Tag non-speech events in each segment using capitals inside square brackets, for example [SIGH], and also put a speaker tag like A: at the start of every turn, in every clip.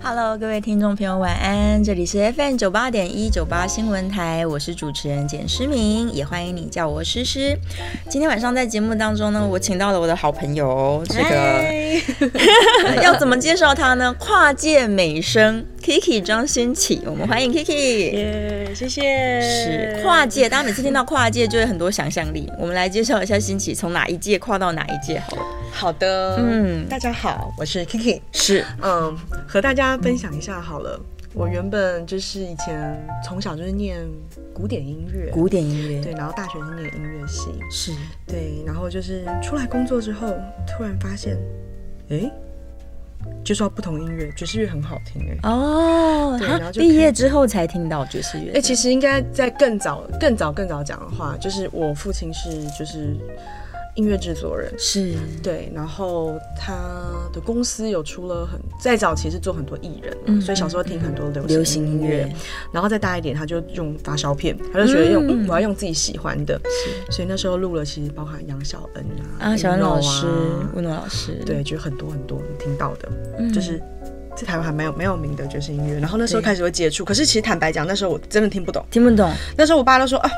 A: Hello，各位听众朋友，晚安！这里是 FM 九八点一九八新闻台，我是主持人简诗明，也欢迎你叫我诗诗。今天晚上在节目当中呢，我请到了我的好朋友，这个 [LAUGHS] 要怎么介绍他呢？跨界美声 Kiki 张新启，我们欢迎 Kiki。
B: 耶，谢谢。
A: 是跨界，大家每次听到跨界就会很多想象力。我们来介绍一下新启从哪一届跨到哪一届好了。
B: 好的，
A: 嗯
B: 嗯，大家好，我是 Kiki，
A: 是
B: 嗯，和大家分享一下好了。我原本就是以前从小就是念古典音乐，
A: 古典音
B: 对，
A: 乐，
B: 然后大学是念音乐系，
A: 是
B: 对，然后就是出来工作之后，突然发现，诶，接触到不同音乐，爵士乐很好听诶。
A: 哦。
B: 对然
A: 他
B: 后就
A: 毕
B: 开
A: 业
B: 始
A: 之后才听到爵士乐
B: 哎、。其实应该在更早、更早、更早讲的话，就是我父亲是就是音乐制作人，
A: 是
B: 对，然后他的公司有出了很，在早期是做很多艺人嘛，
A: 嗯
B: 所以小时候听很多流
A: 流
B: 行
A: 行
B: 音
A: 音
B: 乐，
A: 乐，
B: 然后再大一点，他就用发烧片，他就觉得用、
A: 嗯
B: 嗯我要用自己喜欢的，所以那时候录了，其实包含杨小恩啊、
A: 啊，小安老
B: Eno
A: 师
B: 啊，
A: 温、柔老师，
B: 对，就很多很多你听到的，
A: 嗯，
B: 就是。在台湾还蛮有蛮有名的爵士音乐，然后那时候
A: 对
B: 开始会接触，可是其实坦白讲，那时候我真的听不懂。
A: 听不懂，
B: 那时候我爸都说啊，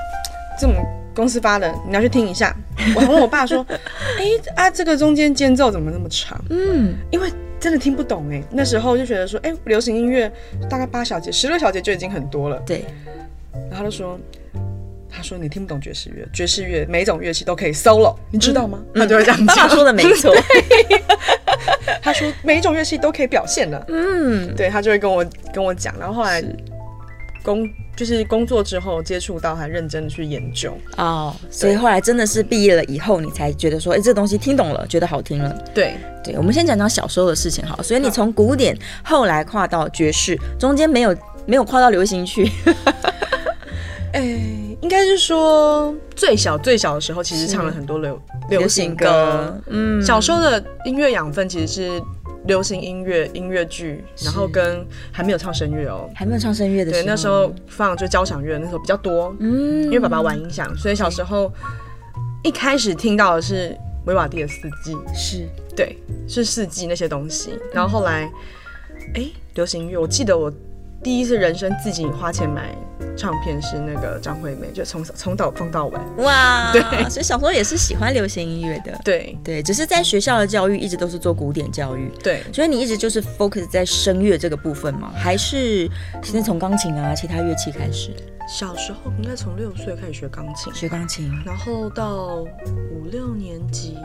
B: 这种公司发的，你要去听一下。我还问我
A: [LAUGHS]
B: 爸说，哎、啊，这个中间间奏怎么那么长？
A: 嗯，
B: 因为真的听不懂哎、那时候就觉得说，哎、流行音乐大概八小节、十六小节就已经很多了。
A: 对，
B: 然后他就说，他说你听不懂爵士乐，爵士乐每一种乐器都可以 solo，你知道吗？他就会这样
A: 爸爸 [LAUGHS]
B: 讲。
A: 嗯说的没
B: [LAUGHS]
A: 错，
B: 他说每一种乐器都可以表现了。
A: 嗯，
B: 对他就会跟我跟我讲，然后后来
A: 是
B: 工就是工作之后接触到，还认真的去研究。
A: 哦，所以后来真的是毕业了以后，你才觉得说，哎、这东西听懂了，觉得好听了。
B: 对，
A: 对，我们先讲讲小时候的事情好了，所以你从古典后来跨到爵士，中间没有没有跨到流行去，
B: 哎、应该是说最小最小的时候，其实
A: 是
B: 唱了很多流
A: 流
B: [LAUGHS] 流
A: 行
B: 行
A: 歌
B: 歌。，
A: 嗯，
B: 小时候的音乐养分其实是流行音乐、音乐剧，然后跟还没有唱声乐哦。
A: 还没有唱声乐的时
B: 对，
A: 候，
B: 那时候，放就交响乐，那时候比较多，
A: 嗯，
B: 因为爸爸玩音响，所以小时候一开始听到的是维瓦蒂的《四季》，
A: 是
B: 对，是四季那些东西。然后后来，哎、流行音乐，我记得我第一次人生自己花钱买唱片是那个张惠妹，就从从早放到晚。
A: 哇，
B: [LAUGHS] 对
A: 所以小时候也是喜欢流行音乐的，
B: 对
A: 对，只是在学校的教育一直都是做古典教育，
B: 对，
A: 所以你一直就是 focus 在声乐这个部分吗？还是先从钢琴啊其他乐器开始
B: 小时候应该从六岁开始学钢琴，
A: 学钢琴？
B: 然后到五六年级，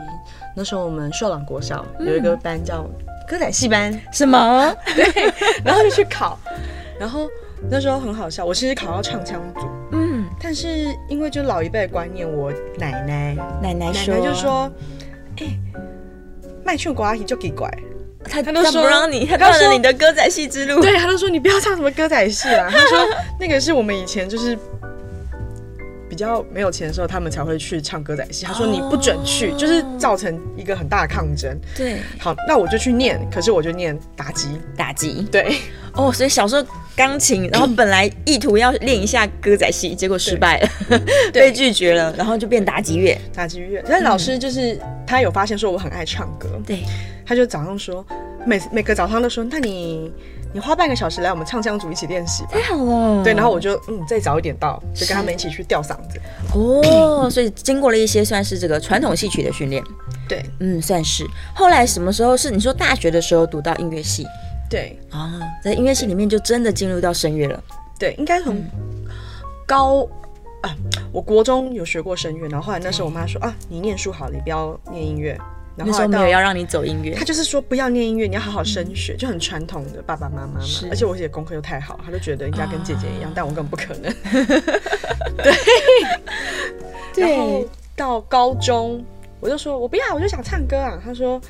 B: 那时候我们秀朗国小有一个班叫歌仔戏班，
A: 什么？
B: [LAUGHS] 然后就去考，然后那时候很好笑，我其实考到唱腔组，
A: 嗯，
B: 但是因为就老一辈的观念，我奶奶
A: 奶奶
B: 奶
A: 说，
B: 奶就说，哎、卖去国阿姨就给拐，
A: 他
B: 她都
A: 他
B: 说
A: 不让你，他
B: 她
A: 断了
B: 说
A: 你的歌仔戏之路。
B: 对，他就说你不要唱什么歌仔戏啦，他 [LAUGHS] 说那个是我们以前就是。比较没有钱的时候，他们才会去唱歌仔戏。他说你不准去，
A: 哦
B: 就是造成一个很大的抗争。
A: 对，
B: 好，那我就去念，可是我就念打击。
A: 打击
B: 对，
A: 哦，所以小时候钢琴，然后本来意图要练一下歌仔戏，结果失败了， [LAUGHS] 被拒绝了，然后就变打击乐。
B: [LAUGHS] 打击乐。但是老师就是、他有发现说我很爱唱歌，
A: 嗯对，
B: 他就早上说，每每个早上都说，那你你花半个小时来我们唱腔组一起练习吧。
A: 太好了。
B: 对，然后我就嗯，再早一点到，就跟他们一起去吊嗓子。
A: 哦，所以经过了一些算是这个传统戏曲的训练，
B: 对
A: 嗯，算是。后来什么时候是你说大学的时候读到音乐系？
B: 对
A: 啊，在音乐系里面就真的进入到声乐了。
B: 对，应该从
A: 嗯
B: 高、啊，我国中有学过声乐，然后后来那时候我妈说啊，你念书好了，你不要念音乐。然
A: 那
B: 后
A: 时
B: 后
A: 候
B: 来
A: 没
B: 到
A: 有要让你走音乐
B: 他，就是说不要念音乐，你要好好升学，就很传统的爸爸妈妈嘛
A: 是。
B: 而且我写功课又太好，他就觉得应该跟姐姐一样，
A: 啊
B: 但我根本不可能。
A: 对 [LAUGHS]
B: 然后到高中，我就说我不要，我就想唱歌啊。他说。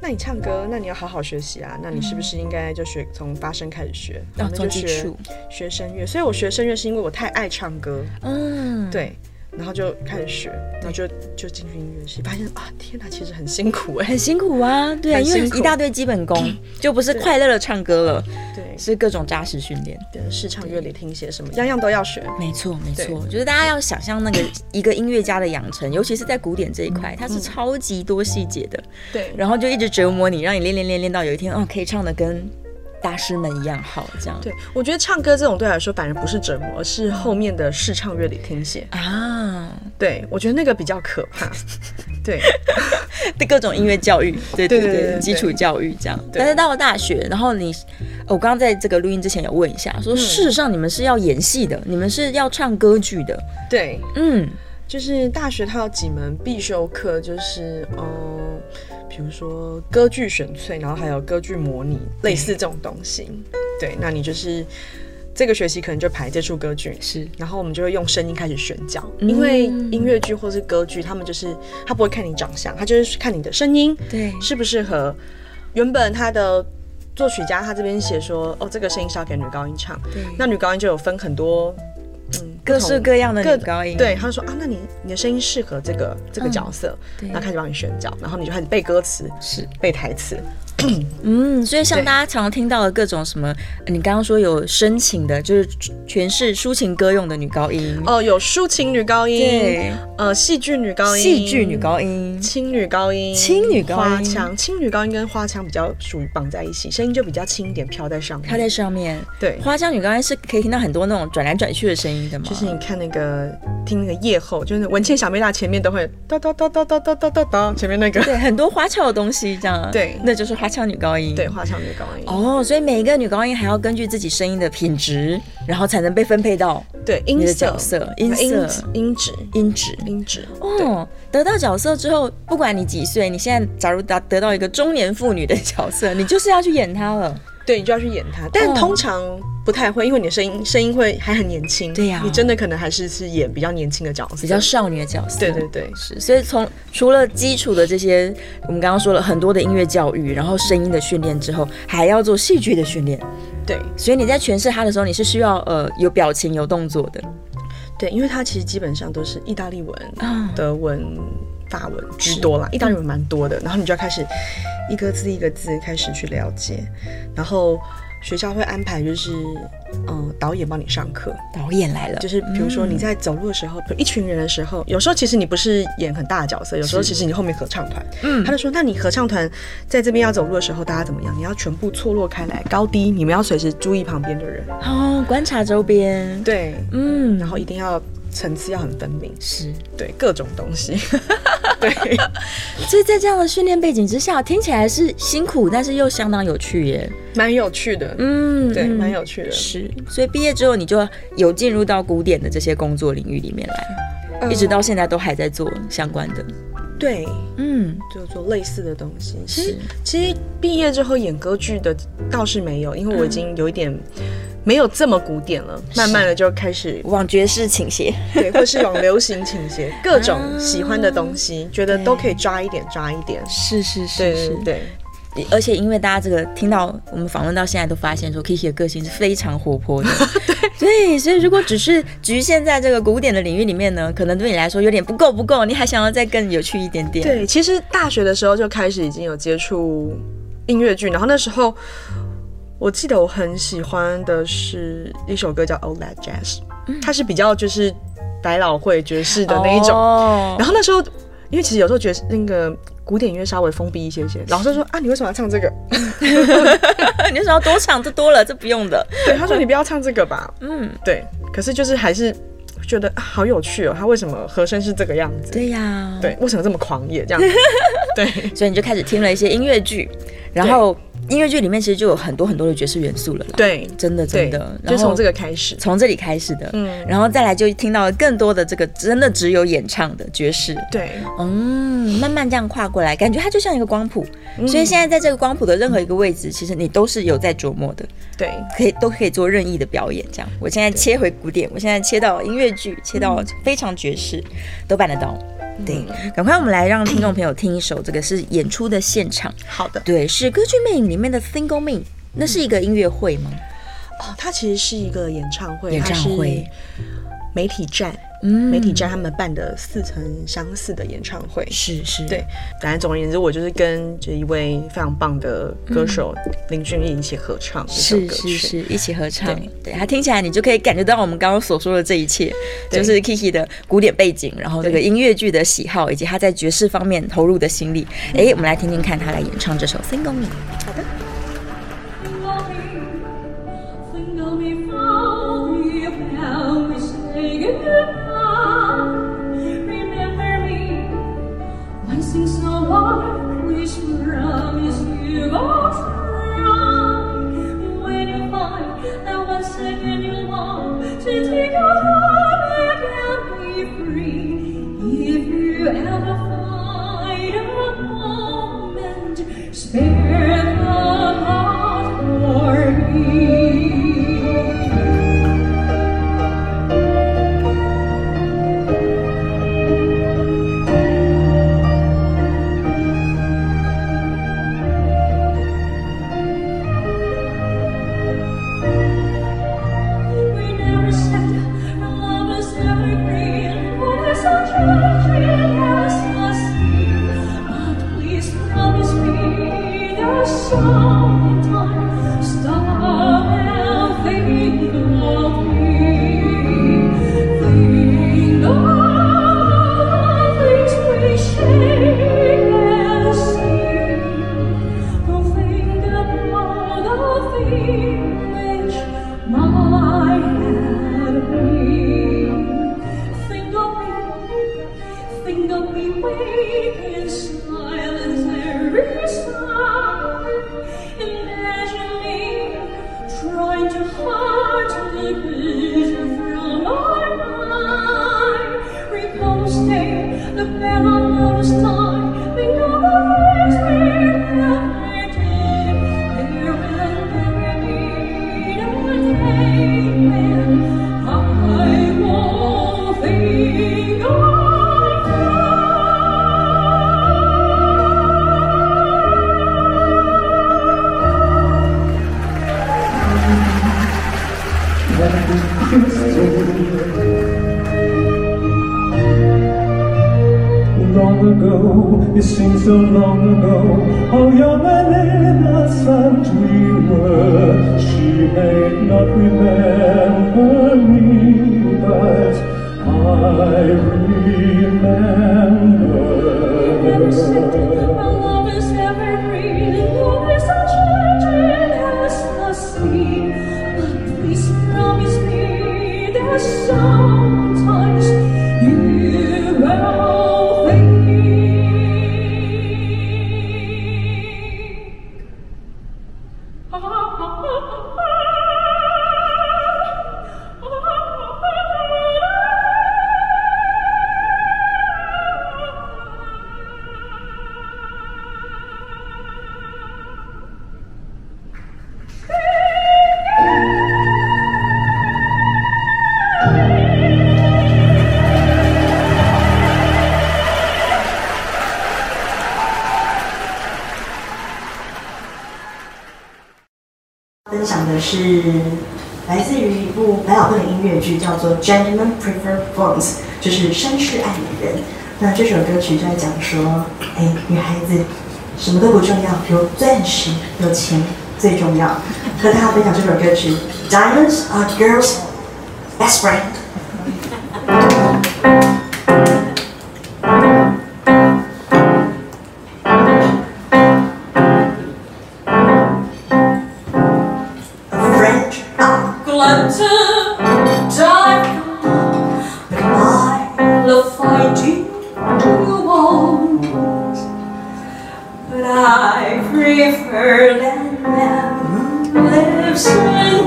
B: 那你唱歌，那你要好好学习啊，那你是不是应该就学从发声开始学，然
A: 要
B: 后
A: 做哦
B: 就
A: 基
B: 学
A: 础，
B: 学声乐？所以我学声乐是因为我太爱唱歌，
A: 嗯，，
B: 对，然后就开始学，然后就就进去音乐系，发现啊，天哪，其实很辛苦哎、
A: 很辛苦啊，对啊，
B: 很
A: 因为
B: 辛苦嗯
A: 一大堆基本功，就不是快乐的唱歌了，
B: 对，
A: 是各种扎实训练。
B: 对，视唱、乐理、听写什么，样样都要学。
A: 没错，没
B: 对
A: 错，就是大家要想象那个一个音乐家的养成，尤其是在古典这一块，
B: 嗯
A: 它是超级多细节的，
B: 对，
A: 然后就一直折磨你，让你练练练练到有一天，哦，可以唱的跟大师们一样好，这样。
B: 对，我觉得唱歌这种对我来说反而不是折磨，而是后面的视唱、乐理、听写。
A: 啊，
B: 对，我觉得那个比较可 [LAUGHS] 怕。对，
A: 对各种音乐教育，对对
B: 对对
A: 对，
B: 对
A: 基础教育这样。
B: 对
A: 但是到了大学，然后你，呃我刚刚在这个录音之前有问一下，说事实上你们是要演戏的，你们是要唱歌剧的，
B: 对，
A: 嗯，
B: 就是大学它有几门必修课，就是嗯，比如说歌剧选粹，然后还有歌剧模拟，类似这种东西。对，那你就是这个学期可能就排这出歌剧，
A: 是
B: 然后我们就会用声音开始选角，因为音乐剧或是歌剧，他们就是他不会看你长相，他就是看你的声音
A: 对，
B: 适不适合。原本他的作曲家他这边写说，哦，这个声音是要给女高音唱，那女高音就有分很多，嗯，
A: 各式各样的
B: 各
A: 女高音，
B: 对，他就说啊，那你你的声音适合这个这个角色，
A: 对
B: 然后开始帮你选角，然后你就开始背歌词、
A: 是。
B: 背台
A: [CLEARS THROAT]
B: 词，
A: 嗯，所以像
B: 对
A: 大家常听到的各种什么，呃你刚刚说有深情的，就是全是抒情歌用的女高音，
B: 哦、有抒情女高音，
A: 对，
B: 呃，戏剧女高音，
A: 戏剧女。高音，
B: 轻女高音，
A: 轻女高音
B: 花腔，轻女高音跟花腔比较属于绑在一起，声音就比较轻一点，飘在上面。
A: 她在上面。
B: 对，
A: 花腔女高音是可以听到很多那种转来转去的声音的嘛，
B: 就是你看那个听那个夜后，就是文倩小妹大前面都会哒哒哒哒哒哒哒哒哒，前面
A: [LAUGHS]
B: 那个
A: 对，很多花俏的东西这样。
B: 对
A: 那就是花俏女高音。
B: 对。花腔女高音。
A: 哦，所以每一个女高音还要根据自己声音的品质，然后才能被分配到
B: 对
A: 你
B: 音
A: 的
B: 色
A: 角色、音
B: 音
A: 色、
B: 音质
A: 音质。
B: 音质。
A: 哦，得到角色之后，不管你几岁，你现在假如达得到一个中年妇女的角色，你就是要去演她了。
B: 对你就要去演它，
A: 哦
B: 但通常不太会，因为你的声音声音会还很年轻。
A: 对呀
B: 你真的可能还是是演比较年轻的角色，
A: 比较少女的角色。
B: 对对对
A: 是。所以从除了基础的这些，我们刚刚说了很多的音乐教育，然后声音的训练之后，还要做戏剧的训练。
B: 对
A: 所以你在诠释它的时候，你是需要呃有表情、有动作的。
B: 对，因为它其实基本上都是意大利文、
A: 啊
B: 德文、法文居多啦，意大利文蛮多的，然后你就要开始一个字一个字开始去了解，然后学校会安排就是嗯导演帮你上课，
A: 导演来了，
B: 就是比如说
A: 嗯
B: 你在走路的时候，一群人的时候，有时候其实你不是演很大的角色，有时候
A: 是
B: 其实你后面合唱团，
A: 嗯
B: 他就说，那你合唱团在这边要走路的时候，大家怎么样？你要全部错落开来，高低你们要随时注意旁边的人，
A: 哦，观察周边。，
B: 对，
A: 嗯，
B: 然后一定要层次要很分明，
A: 是。
B: 对，各种东西， [LAUGHS] 对
A: 所以在这样的训练背景之下，听起来是辛苦，但是又相当有趣耶。
B: 蛮有趣的，
A: 嗯，
B: 对，
A: 嗯
B: 蛮有趣的。
A: 是，所以毕业之后你就有进入到古典的这些工作领域里面来，一直
B: 嗯
A: 到现在都还在做相关的。
B: 对，
A: 嗯，
B: 就做类似的东西。其
A: 是
B: 实其实毕业之后演歌剧的倒是没有，因为我已
A: 嗯
B: 经有一点没有这么古典了，慢慢的就开始
A: [LAUGHS] 往爵士倾斜。
B: 对，或是往流行倾斜，各种
A: 啊
B: 喜欢的东西，觉得都可以抓一点抓一点。
A: 是是是
B: 对
A: 是
B: 对对
A: 而且因为大家这个听到我们访问到现在都发现说，Kiki 的个性是非常活泼
B: [LAUGHS]
A: 的，对，所以如果只是局限在这个古典的领域里面呢，可能对你来说有点不够不够，你还想要再更有趣一点点。，
B: 对，其实大学的时候就开始已经有接触音乐剧，然后那时候我记得我很喜欢的是一首歌叫《Old That Jazz》，它
A: 嗯
B: 是比较就是百老汇爵士的那一种。
A: 哦、
B: 然后那时候，因为其实有时候爵士那个古典音乐稍微封闭一些些，老师就说啊，你为什么要唱这个？
A: [LAUGHS] 你就说多唱这多了，这不用的。
B: 对，他说你不要唱这个吧。
A: 嗯，
B: 对，可是就是还是觉得啊好有趣哦，他为什么和声是这个样子？
A: 对呀、。
B: 对，为什么这么狂野
A: [LAUGHS]
B: 这样子？对
A: 所以你就开始听了一些音乐剧，然后音乐剧里面其实就有很多很多的爵士元素了啦。，
B: 对
A: 真的真
B: 对
A: 的，，
B: 就从这
A: 个
B: 个开始。
A: 从这里开始的，
B: 嗯，
A: 然后再来就听到了更多的这个真的只有演唱的爵士，
B: 对，
A: 嗯，慢慢这样跨过来，感觉它就像一个光谱。所以现在在这个光谱的任何一个位置，其实你都是有在琢磨的，
B: 对
A: 可以都可以做任意的表演。这样，嗯我现在切回古典，我现在切到音乐剧，切到非常爵士，都办得到。对，赶快我们来让听众朋友听一首，这个是演出的现场，
B: 好的，
A: 对，是《歌剧魅影》里面的《Single Me》，那是一个音乐会吗？
B: 哦，它其实是一个演唱会，
A: 演
B: 它
A: 唱
B: 是
A: 会
B: 媒体站，
A: 嗯
B: 媒体站他们办的似曾相似的演唱会。
A: 是是，
B: 对，反正总而言之，我就是跟这一位非常棒的歌手林俊逸一起合唱这首
A: 嗯是
B: 歌
A: 是
B: 曲。
A: 是，一起合唱对，
B: 对。
A: 它听起来你就可以感觉到我们刚刚所说的这一切，
B: 对
A: 就是 Kiki 的古典背景，然后这个
B: 对
A: 音乐剧的喜好，以及他在爵士方面投入的心力。诶，我们来听听看他来演唱这首《Single Me》。
C: Take your time and be free if you ever find a moment. Spare the thought for me. We never said our love was never real. What is our tragedy as us? But please promise me that sometime, somehow, think of me. Think of things we share and see. Think about the thing which my had been. Think of me, think of me waiting in silence every sigh. Imagine me trying to hide the vision from my mind. Reposting the bed on those time. Think of the things we Think of
D: long ago, it seems so long ago. Oh, young and innocent we were. She may not remember me, but I remember her.
C: Sometimes you will think.
E: 分享的是来自于一部百老汇的音乐剧，叫做《Gentlemen Prefer Bones》，就是绅士爱美人。那这首歌曲就在讲说，哎，女孩子什么都不重要，有钻石、有钱最重要。和大家分享这首歌曲《Diamonds Are Girls' Best Friend》。A friend of
C: Glad to die
E: the lie.
C: for the fighting you won't. But I prefer that man who lives and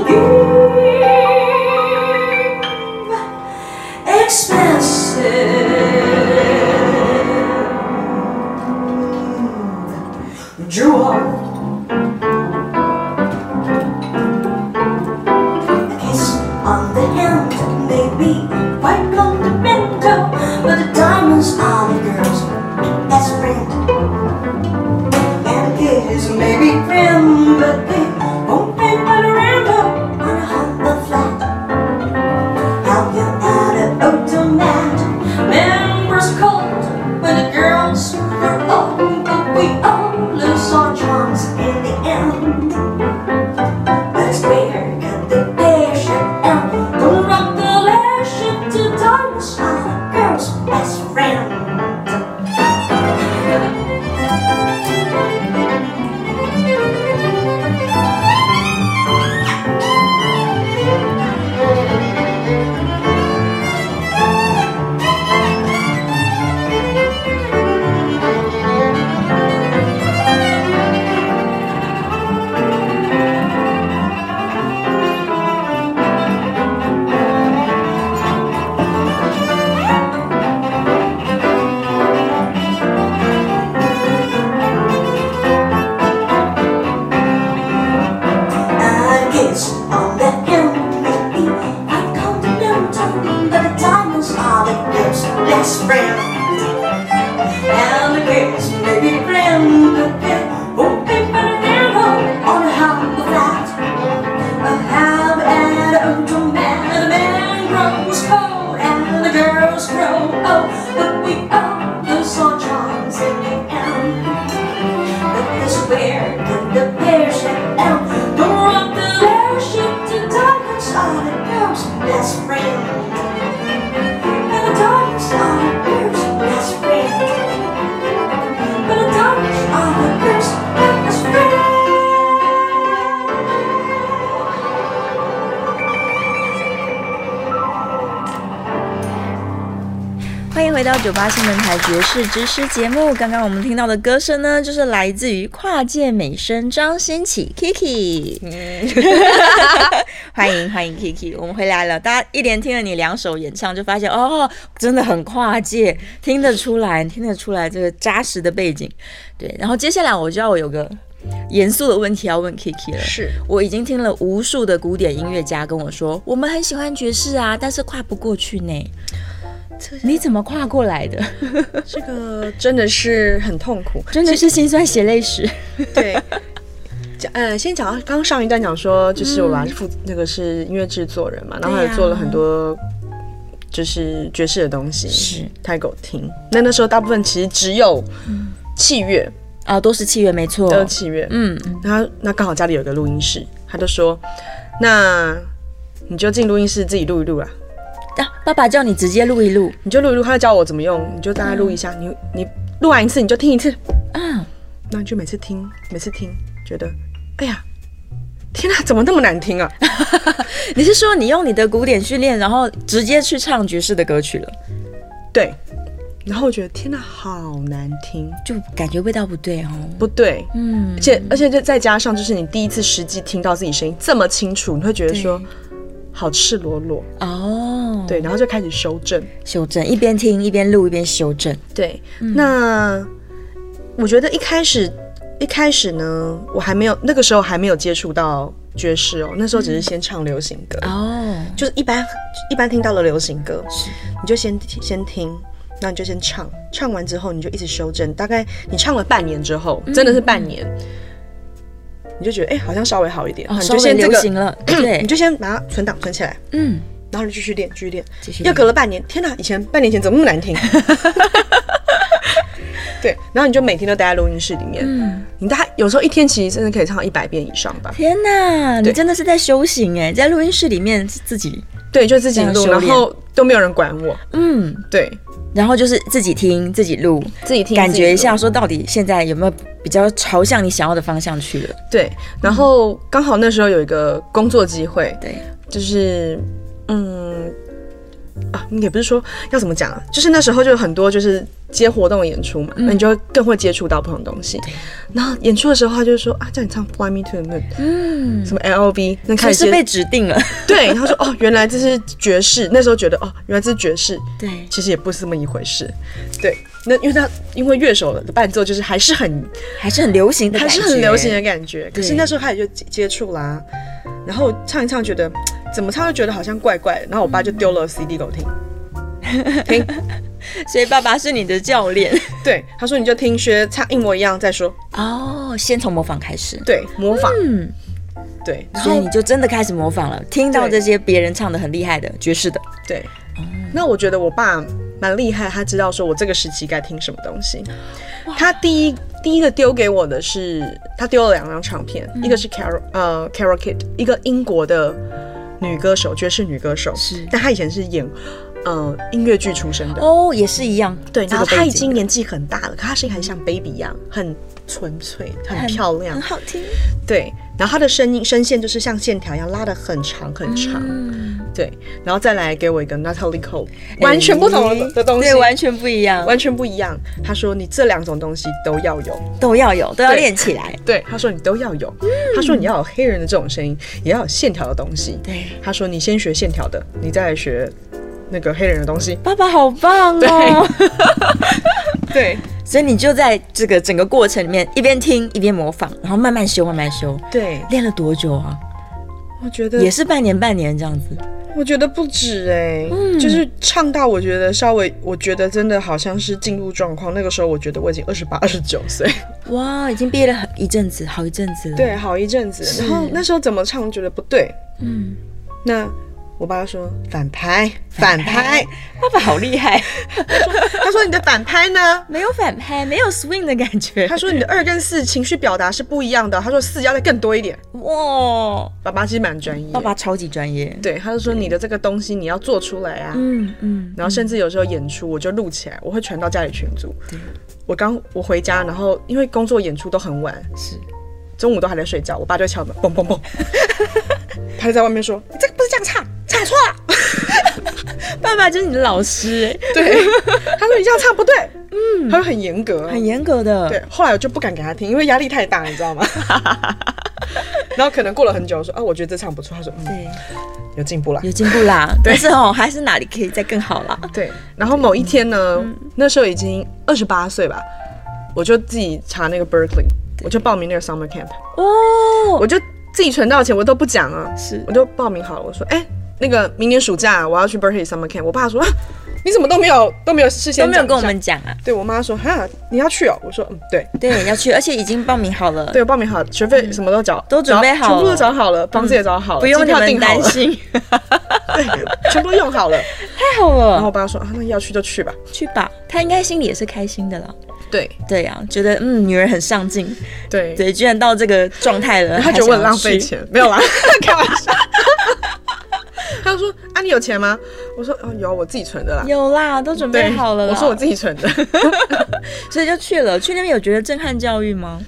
C: give expensive
E: jewel. A kiss on the hand may be
C: Quite complimental, but the diamonds are the
F: we are, those are charms and the end. But there's a bear and the bear shaped elm. Don't rock the airship, the diamonds are the girl's best friend. And the diamonds are the girl's best friend. But the diamonds are the girl's best friend.
A: 欢迎回到九八新闻台爵士之师节目。刚刚我们听到的歌声呢，就是来自于跨界美声张新起 Kiki。欢迎欢迎 Kiki，我们回来了。大家一连听了你两首演唱，就发现哦，真的很跨界，听得出来，听得出来这个扎实的背景。对，然后接下来我就要有个严肃的问题要问 Kiki 了。
B: 是
A: 我已经听了无数的古典音乐家跟我说，我们很喜欢爵士啊，但是跨不过去呢。你怎么跨过来的？
B: 这个真的是很痛苦。
A: [LAUGHS] 真的是心酸血泪史。
B: 对，讲呃，先讲到刚上一段讲说，就是我爸是负、那个是音乐制作人嘛，然后他
A: 嗯对啊
B: 也
A: 呀
B: 做了很多就是爵士的东西，
A: 是
B: 太给我听。那那时候大部分其实只有
A: 嗯
B: 器乐，
A: [LAUGHS] 啊，都是契约，没错
B: 都。是器乐。
A: 嗯，
B: 然后那刚好家里有个录音室，他就说，那你就进录音室自己录一录啦。
A: 啊，爸爸叫你直接录一录
B: 你就录一录，他就教我怎么用，你就大概录一下，
A: 嗯
B: 你你录完一次你就听一次，
A: 啊，
B: 那你就每次听，每次听，觉得，哎呀，天哪，怎么那么难听啊？
A: 你是说你用你的古典训练，然后直接去唱爵士的歌曲了，
B: 对，然后我觉得天哪，好难听，
A: 就感觉味道不对哦。
B: 不对，
A: 嗯
B: 而，且而且就再加上就是你第一次实际听到自己声音这么清楚，你会觉得说
A: 对
B: 好赤裸裸，
A: 哦，，
B: 对，然后就开始修正，
A: 修正，一边听一边录一边修正。
B: 对，
A: 嗯
B: 那我觉得一开始一开始呢，我还没有那个时候还没有接触到爵士哦，那时候
A: 嗯
B: 只是先唱流行歌，
A: 哦，
B: 就是一般一般听到了流行歌，你就先先听。那你就先唱，唱完之后你就一直修正。大概你唱了半年之后，真的是半年，你就觉得哎、好像稍微好一点，
A: 嗯哦，
B: 你
A: 稍
B: 就
A: 微
B: 先这
A: 流
B: 个，
A: 行了，对 [CLEARS THROAT]
B: 你，就先把它存档存起来，
A: 嗯，
B: 然后你继续练，继续练
A: 继续，练
B: 又隔了半年，天哪！以前半年前怎么那
A: [LAUGHS]
B: 么难听？对，然后你就每天都待在录音室里面，你大概有时候一天其实真的可以唱一百遍以上吧。
A: 嗯天哪，你
B: 对
A: 真的是在修行哎，在录音室里面自己，
B: 对，就自己
A: 这样
B: 录，
A: 修
B: 然
A: 炼
B: 后都没有人管我。
A: 嗯，
B: 对，
A: 然后就是自己听自己录，
B: 自己听
A: 感觉一
B: 自己
A: 下
B: 录
A: 说到底现在有没有比较朝向你想要的方向去了？
B: 对，然后刚好那时候有一个工作机会，
A: 对，
B: 就是嗯啊，也不是说要怎么讲啊，就是那时候就有很多就是接活动演出嘛，那、你就会更会接触到不同的东西。然后演出的时候，他就说啊，叫你唱《Fly Me to the Moon》，嗯，什么 L O B，那
A: 可
B: 开始
A: 是
B: 接
A: 被指定了，
B: [LAUGHS] 对，他说哦，原来这是爵士，那时候觉得哦，原来这是爵士，
A: 对，
B: 其实也不是这么一回事，对。那因为他因为乐手的伴奏就是还是很
A: [LAUGHS] 还是很流行的，
B: 还是很流行的，感觉。可是
A: 对
B: 那时候开始就接接触啦，然后唱一唱，觉得怎么唱都觉得好像怪怪的。然后我爸就丢了 CD 给我听，听，
A: 所以爸爸是你的教练
B: 对，他说你就听学唱一模一样再说，
A: 哦，先从模仿开始，
B: 对，模仿，
A: 嗯，
B: 对，然
A: 所以
B: 后
A: 你就真的开始模仿了，听到这
B: 对
A: 些别人唱的很厉害的爵士的，
B: 对。那我觉得我爸蛮厉害，他知道说我这个时期该听什么东西。他第一第一个丢给我的是，他丢了两张唱片，一个是 Carol 呃 Carol Kid，一个英国的女歌手，爵士女歌手，
A: 是
B: 但她以前是演呃音乐剧出身的。
A: 哦，也是一样，
B: 对，
A: 这
B: 然
A: 个
B: 后
A: 背
B: 她已
A: 景
B: 经年纪很大了，可她声音还像 baby 一样，很纯粹，很漂亮
A: 很。好听，
B: 对，然后她的声音声线就是像线条一样拉的很长很长。
A: 嗯
B: 对，然后再来给我一个 Natalie Cole，完全不同的
A: 哎
B: 的东西，
A: 对，完全不一样，
B: [LAUGHS] 完全不一样。她说你这两种东西都要有。
A: 都要有，都要
B: 对
A: 练起来，
B: 对，她说你都要有。
A: 嗯
B: 她说你要有黑人的这种声音，也要有线条的东西。
A: 对，
B: 她说你先学线条的，你再来学那个黑人的东西。
A: 爸爸好棒哦。 [LAUGHS]
B: 对，
A: 所以你就在这个整个过程里面一边听一边模仿，然后慢慢修，慢慢修。
B: 对，
A: 练了多久啊？
B: 我觉得
A: 也是半年，半年这样子。
B: 我觉得不止哎、就是唱到我觉得稍微，我觉得真的好像是进入状况。那个时候我觉得我已经二十八、二十九 [LAUGHS] 岁，
A: 哇，已经毕业了很一阵子，好一阵子了。，
B: 对，好一阵子。然后那时候怎么唱觉得不对，嗯，那我爸说反拍，反 [LAUGHS] 拍。
A: 爸爸好厉害，
B: 他说你的反拍呢？
A: [LAUGHS] 没有反拍，没有 swing 的感觉
B: 他。说你的二跟四情绪表达是不一样的。他说四要再更多一点。
A: 哇，
B: 爸爸其实蛮专业，
A: 爸爸超级专业。
B: 对，他就说你的这个东西你要做出来啊。
A: 嗯嗯，
B: 然后甚至有时候演出我就录起来，我会传到家里群组。我刚我回家，然后因为工作演出都很晚，
A: 哦是
B: 中午都还在睡觉，我爸就
A: [LAUGHS]
B: 会敲门，嘣嘣嘣，他就在外面说你这个不是这样唱，唱错啊
A: [LAUGHS]
B: 了。
A: 爸爸就是你的老师，哎
B: 对，他说你这样唱不对，嗯，他会很严格，
A: 很严格的。
B: 对，后来我就不敢给他听，因为压力太大，你知
A: [LAUGHS]
B: 道吗？然后可能过了很久，我说啊，我觉得这唱不错。他说嗯，
A: 对，
B: 有进步啦
A: 有。进步 [LAUGHS] 啦，但是哦，还是哪里可以再更好啦。
B: 对，然后某一天呢，
A: 嗯
B: 那时候已经二十八岁吧，我就自己查那个 Berkeley，我就报名那个 summer camp，
A: 哦，
B: 我就自己存到钱，我都不讲啊，
A: 是
B: 我就报名好了。我说哎、那个明年暑假我要去 Berkeley summer camp，我爸说、啊、你怎么都没有都没有事先
A: 都没有
B: 讲
A: 跟我
B: 一下
A: 们讲啊。
B: 对我妈说哈，你要去哦？我说嗯，对。
A: 对，要去，而且已经报名好了，
B: 对，报名好，学费什么都缴，
A: 都准备好
B: 找全部
A: 了嗯
B: 都找好了，房子也找好了，
A: 不用
B: 机
A: 你
B: 票
A: 们
B: 订好
A: 担
B: 了，
A: 心。
B: [LAUGHS]
A: [LAUGHS]
B: 对，全部都用好了。
A: 太好
B: 然后
A: 了
B: 我，爸说啊，那要去就去吧。
A: 去吧。他应该心里也是开心的啦。
B: 对
A: 对呀、觉得嗯，女儿很上进，
B: 对，
A: 对，居然到这个状态了，
B: [LAUGHS] 他
A: 还
B: 觉得我很
A: 想要
B: 浪费
A: 去。
B: 钱，没有啦，开玩笑。他说啊，你有钱吗？我说哦，有，我自己存的啦。
A: 有啦，都准备好了啦。
B: 我说我自己存的， [LAUGHS]
A: 所以就去了。去那边有觉得震撼教育吗？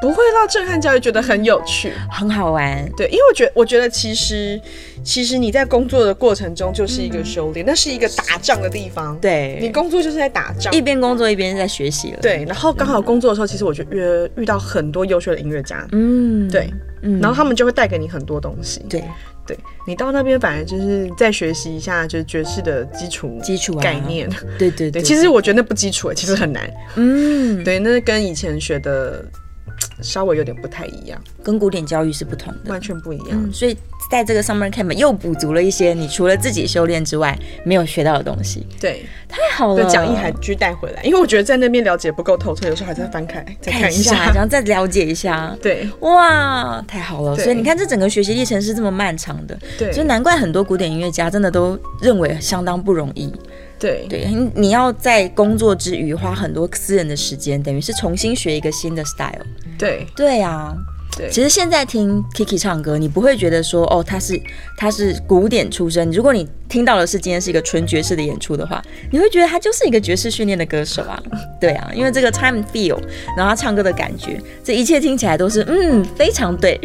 B: 不会到震撼教育，觉得很有趣。
A: 很好玩，
B: 对，因为我觉我觉得其实其实你在工作的过程中就是一个修炼，那是一个打仗的地方。，
A: 嗯对，
B: 你工作就是在打仗，
A: 一边工作一边在学习了。，
B: 对，然后刚好工作的时候，其实我就遇遇到很多优秀的音乐家，
A: 嗯，
B: 对，
A: 嗯
B: 然后他们就会带给你很多东西。
A: 对
B: 对，你到那边反而就是再学习一下，就是爵士的基础
A: 基础啊
B: 概念。
A: 对对
B: 对，其实我觉得那不基础、欸，其实很难。
A: 嗯，
B: 对，那跟以前学的嘖稍微有点不太一样，
A: 跟古典教育是不同的。
B: 完全不一样。
A: 嗯，所以在这个 summer camp 又补足了一些你除了自己修炼之外没有学到的东西，
B: 对，
A: 太好
B: 对
A: 了。，
B: 讲义还继续带回来，因为我觉得在那边了解不够透彻，有时候还在翻开再
A: 看
B: 看
A: 一
B: 一
A: 下，
B: 下。
A: 然后再了解一下。
B: 对
A: 哇，太好了！
B: 对
A: 所以你看，这整个学习历程是这么漫长的，
B: 对
A: 所以难怪很多古典音乐家真的都认为相当不容易。
B: 对
A: 对，你你要在工作之余花很多私人的时间，等于是重新学一个新的 style。
B: 对
A: 对啊，
B: 对
A: 其实现在听 Kiki 唱歌，你不会觉得说哦，他是他是古典出身。如果你听到的是今天是一个纯爵士的演出的话，你会觉得他就是一个爵士训练的歌手
B: [LAUGHS]
A: 啊。对啊，因为这个 time feel，然后他唱歌的感觉，这一切听起来都是嗯非常对，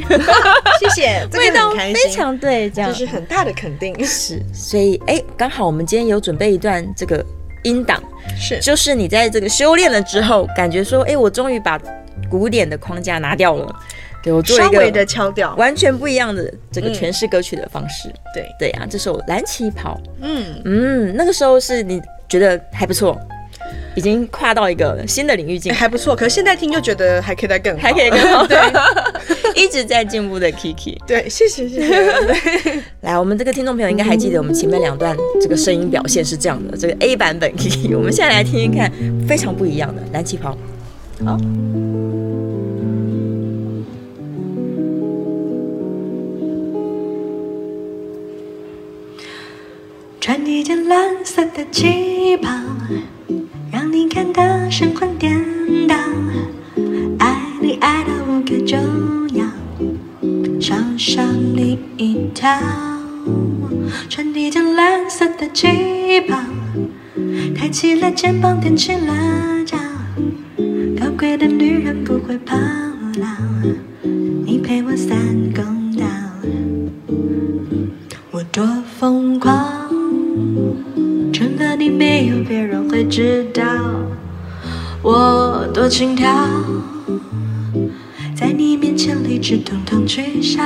B: 谢谢， [LAUGHS] 这个
A: 味道
B: 很开
A: 非
B: 心
A: 常对，这样
B: 这是很大的肯定，
A: 是。所以哎，刚好我们今天有准备一段这个音档，
B: 是
A: 就是你在这个修炼了之后，感觉说哎，我终于把古典的框架拿掉了。对我做一
B: 稍
A: 个
B: 微的敲掉。
A: 完全不一样的这个诠释歌曲的方式。
B: 对，
A: 对啊，这首《蓝旗袍》，
B: 嗯，
A: 嗯，那个时候是你觉得还不错，已经跨到一个新的领域进
B: [LAUGHS] 欸，还不错。可是现在听就觉得还可以再更好，
A: 还可以更好
B: 对
A: [LAUGHS] 一直在进步的 Kiki。
B: 对，谢谢谢
A: [LAUGHS]
B: 谢。
A: 来，我们这个听众朋友应该还记得我们前面两段这个声音表现是这样的，这个 A 版本 Kiki，我们现在来听听看非常不一样的《蓝旗袍》。
G: 穿一件蓝色的旗袍，让你看得神魂颠倒。爱你爱到无可救药，少上你一条。穿一件蓝色的旗袍，抬起了肩膀，踮起了脚。高贵的女人不会跑老，你陪我三公道。我多疯狂，除了你没有别人会知道。我多轻佻，在你面前理智统统取消。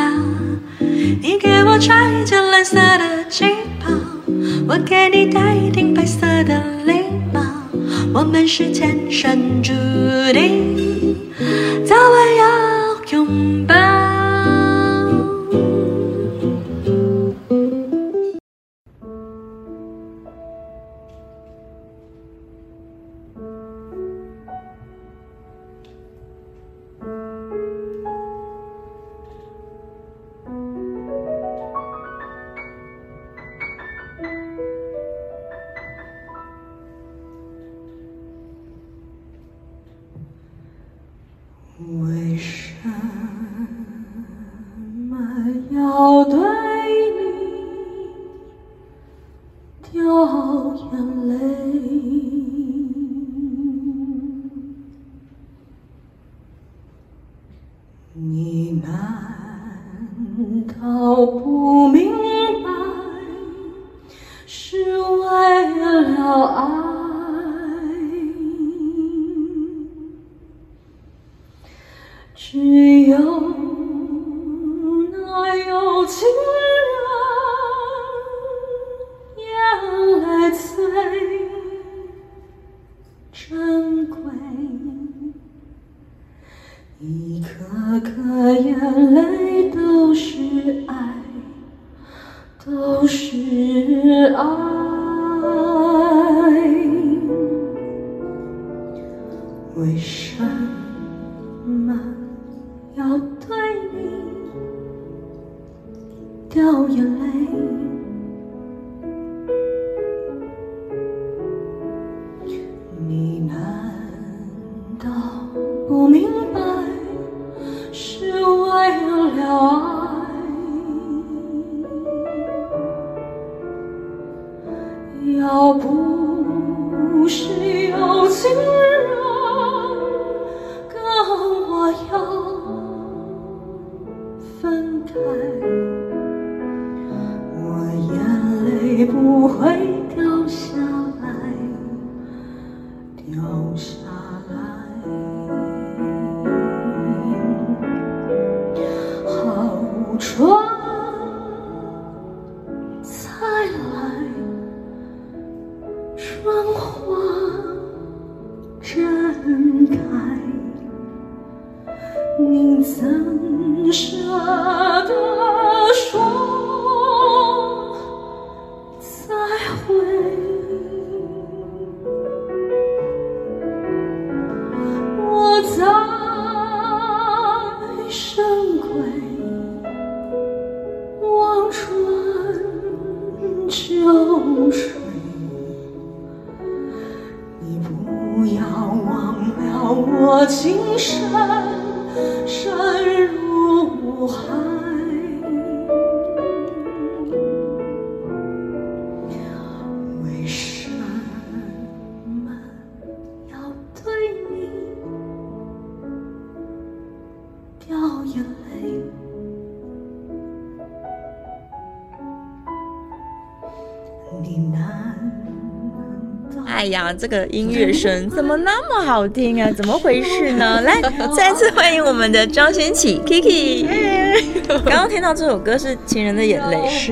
G: 你给我穿一件蓝色的旗袍，我给你戴一顶白色的礼帽。我们是天生注定，早晚要拥抱。
C: 掉眼泪。你难道不明白，是为了爱？只有那有情人，眼泪最珍贵。一颗颗眼泪都是爱，都是爱。为什么要对你掉眼泪？你难道不明白是为了爱？要不是有情人跟我要分开，我眼泪不会掉下来。掉下来，好春才来，春花绽开，你怎舍得说再会？我在深闺望穿秋水，你不要忘了我情深深如海。为什么要对你？掉眼泪。你难道
A: 哎呀，这个音乐声怎么那么好听啊？怎么回事 [LAUGHS] 呢？来，再次欢迎我们的张贤启 Kiki。刚刚听到这首歌是《情人的眼泪》，是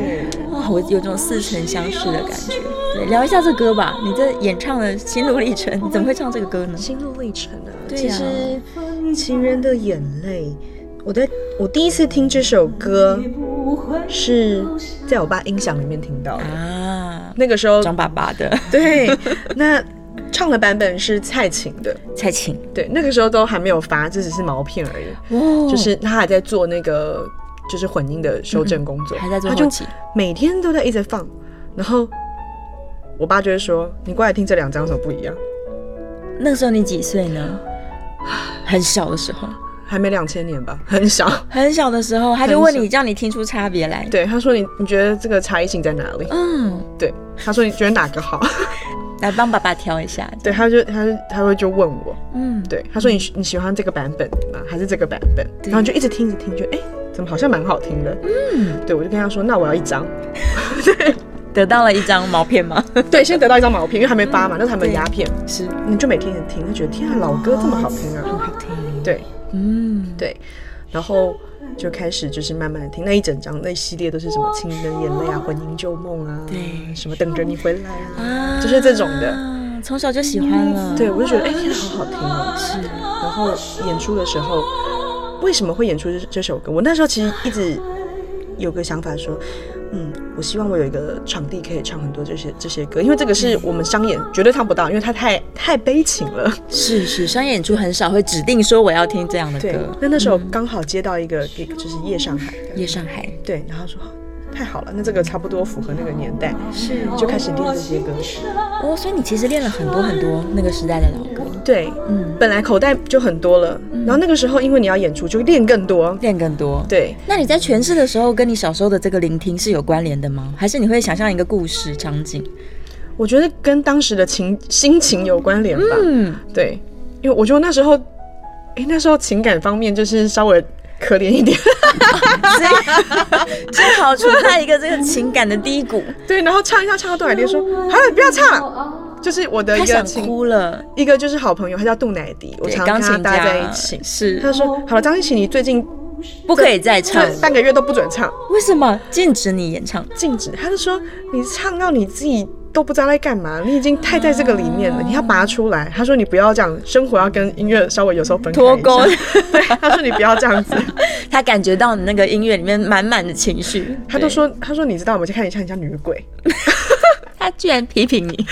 A: 我有种似曾相识的感觉。对，聊一下这歌吧，你这演唱的心路历程，你怎么会唱这个歌呢？
B: 心路历程啊。
A: 对
B: 其
A: 呀
B: 实《情人的眼泪》，我在我第一次听这首歌是在我爸音响里面听到的。
A: 啊，
B: 那个时候，
A: 张爸爸的
B: 对，那唱的版本是蔡琴的。
A: 蔡琴，
B: 对，那个时候都还没有发，这只是毛片而已。
A: 哦
B: 就是他还在做那个就是混音的修正工作，
A: 嗯还在做
B: 他就
A: 后期
B: 每天都在一直放。然后我爸就会说：“你过来听这两张手不一样，
A: 那个时候你几岁呢？很小的时候，
B: 还没两千年吧，很小。
A: 很小的时候，他就问
B: 很
A: 你，叫你听出差别来”。
B: 对，他说你：“你觉得这个差异性在哪里
A: 嗯，？”
B: 对，他说：“你觉得哪个好 [LAUGHS]
A: 来帮爸爸挑一下。？”
B: 对，他就他就他会就问我，
A: 嗯，
B: 对，他说你喜你喜欢这个版本吗？还是这个版本？
A: 对
B: 然后就一直听，一直听，就哎、怎么好像蛮好听的？嗯，对，我就跟他说，那我要一张。
A: 得到了一张毛片吗？
B: 对，先得到一张毛片，因为还没发嘛，那是还没压片，
A: 是，
B: 你就每天一直听，就觉得天啊，老歌这么好听啊！
A: 好听。
B: 对
A: 嗯，
B: 对，然后就开始就是慢慢的听那一整张那一系列都是什么《情人眼泪》啊，《魂萦旧梦》啊，
A: 哦对
B: 什么等着你回来啊，
A: 啊
B: 就是这种的。，
A: 从小就喜欢了。
B: 对，我就觉得哎，天啊，好好听哦。是。然后演出的时候，为什么会演出这这首歌？我那时候其实一直有个想法说，嗯，我希望我有一个场地可以唱很多这些这些歌，因为这个是我们商演绝对唱不到，因为它太太悲情了。
A: 是是，商业演出很少会指定说我要听这样的
B: 对
A: 歌。，
B: 那那时候刚好接到一个给就是夜上海的，
A: 夜上海
B: 对，然后说哦太好了，那这个差不多符合那个年代，是就开始练这些歌
C: 哦
B: 曲。
A: 哦，所以你其实练了很多很多那个时代的老歌。
B: 对，
A: 嗯
B: 本来口袋就很多了，然后那个时候，因为你要演出，就练更多。
A: 练更多。
B: 对，
A: 那你在诠释的时候，跟你小时候的这个聆听是有关联的吗？还是你会想象一个故事场景？
B: 我觉得跟当时的情心情有关联吧。
A: [LAUGHS] 嗯，
B: 对，因为我觉得那时候，哎、那时候情感方面就是稍微可怜一点。 [LAUGHS]
A: 所以正好处在一个这个情感的低谷，
B: 对，然后唱一下唱到杜乃迪说：“好了，不要唱。”就是我的
A: [LAUGHS] 嗯哦他
B: 一个
A: 想
B: 情，
A: 哭了。
B: 一个就是好朋友，他叫杜乃迪，我
A: 对
B: 常
A: 钢
B: 跟他
A: 琴
B: 待
A: 家
B: 在一起。他
A: 是
B: 说：“好了，张雨绮，你最近
A: 不可以再哦唱 [LAUGHS]
B: 这
A: 了。
B: 半个月都不准唱，
A: 为什么禁止你演唱？
B: 禁止。”他就说：“你唱到你自己都不知道在干嘛，你已经太在这个里面了，你要拔出来。”他说：“你不要这样，生活要跟音乐稍微有时候分开
A: 脱
B: 一下
A: 钩
B: 对， [LAUGHS] 他说：“你不要这样 [LAUGHS] 子。”
A: [LAUGHS] 他感觉到你那个音乐里面满满的情绪，
B: 他都说：“他说你知道，我们去看一下你像女鬼，
A: 对他居然批评你，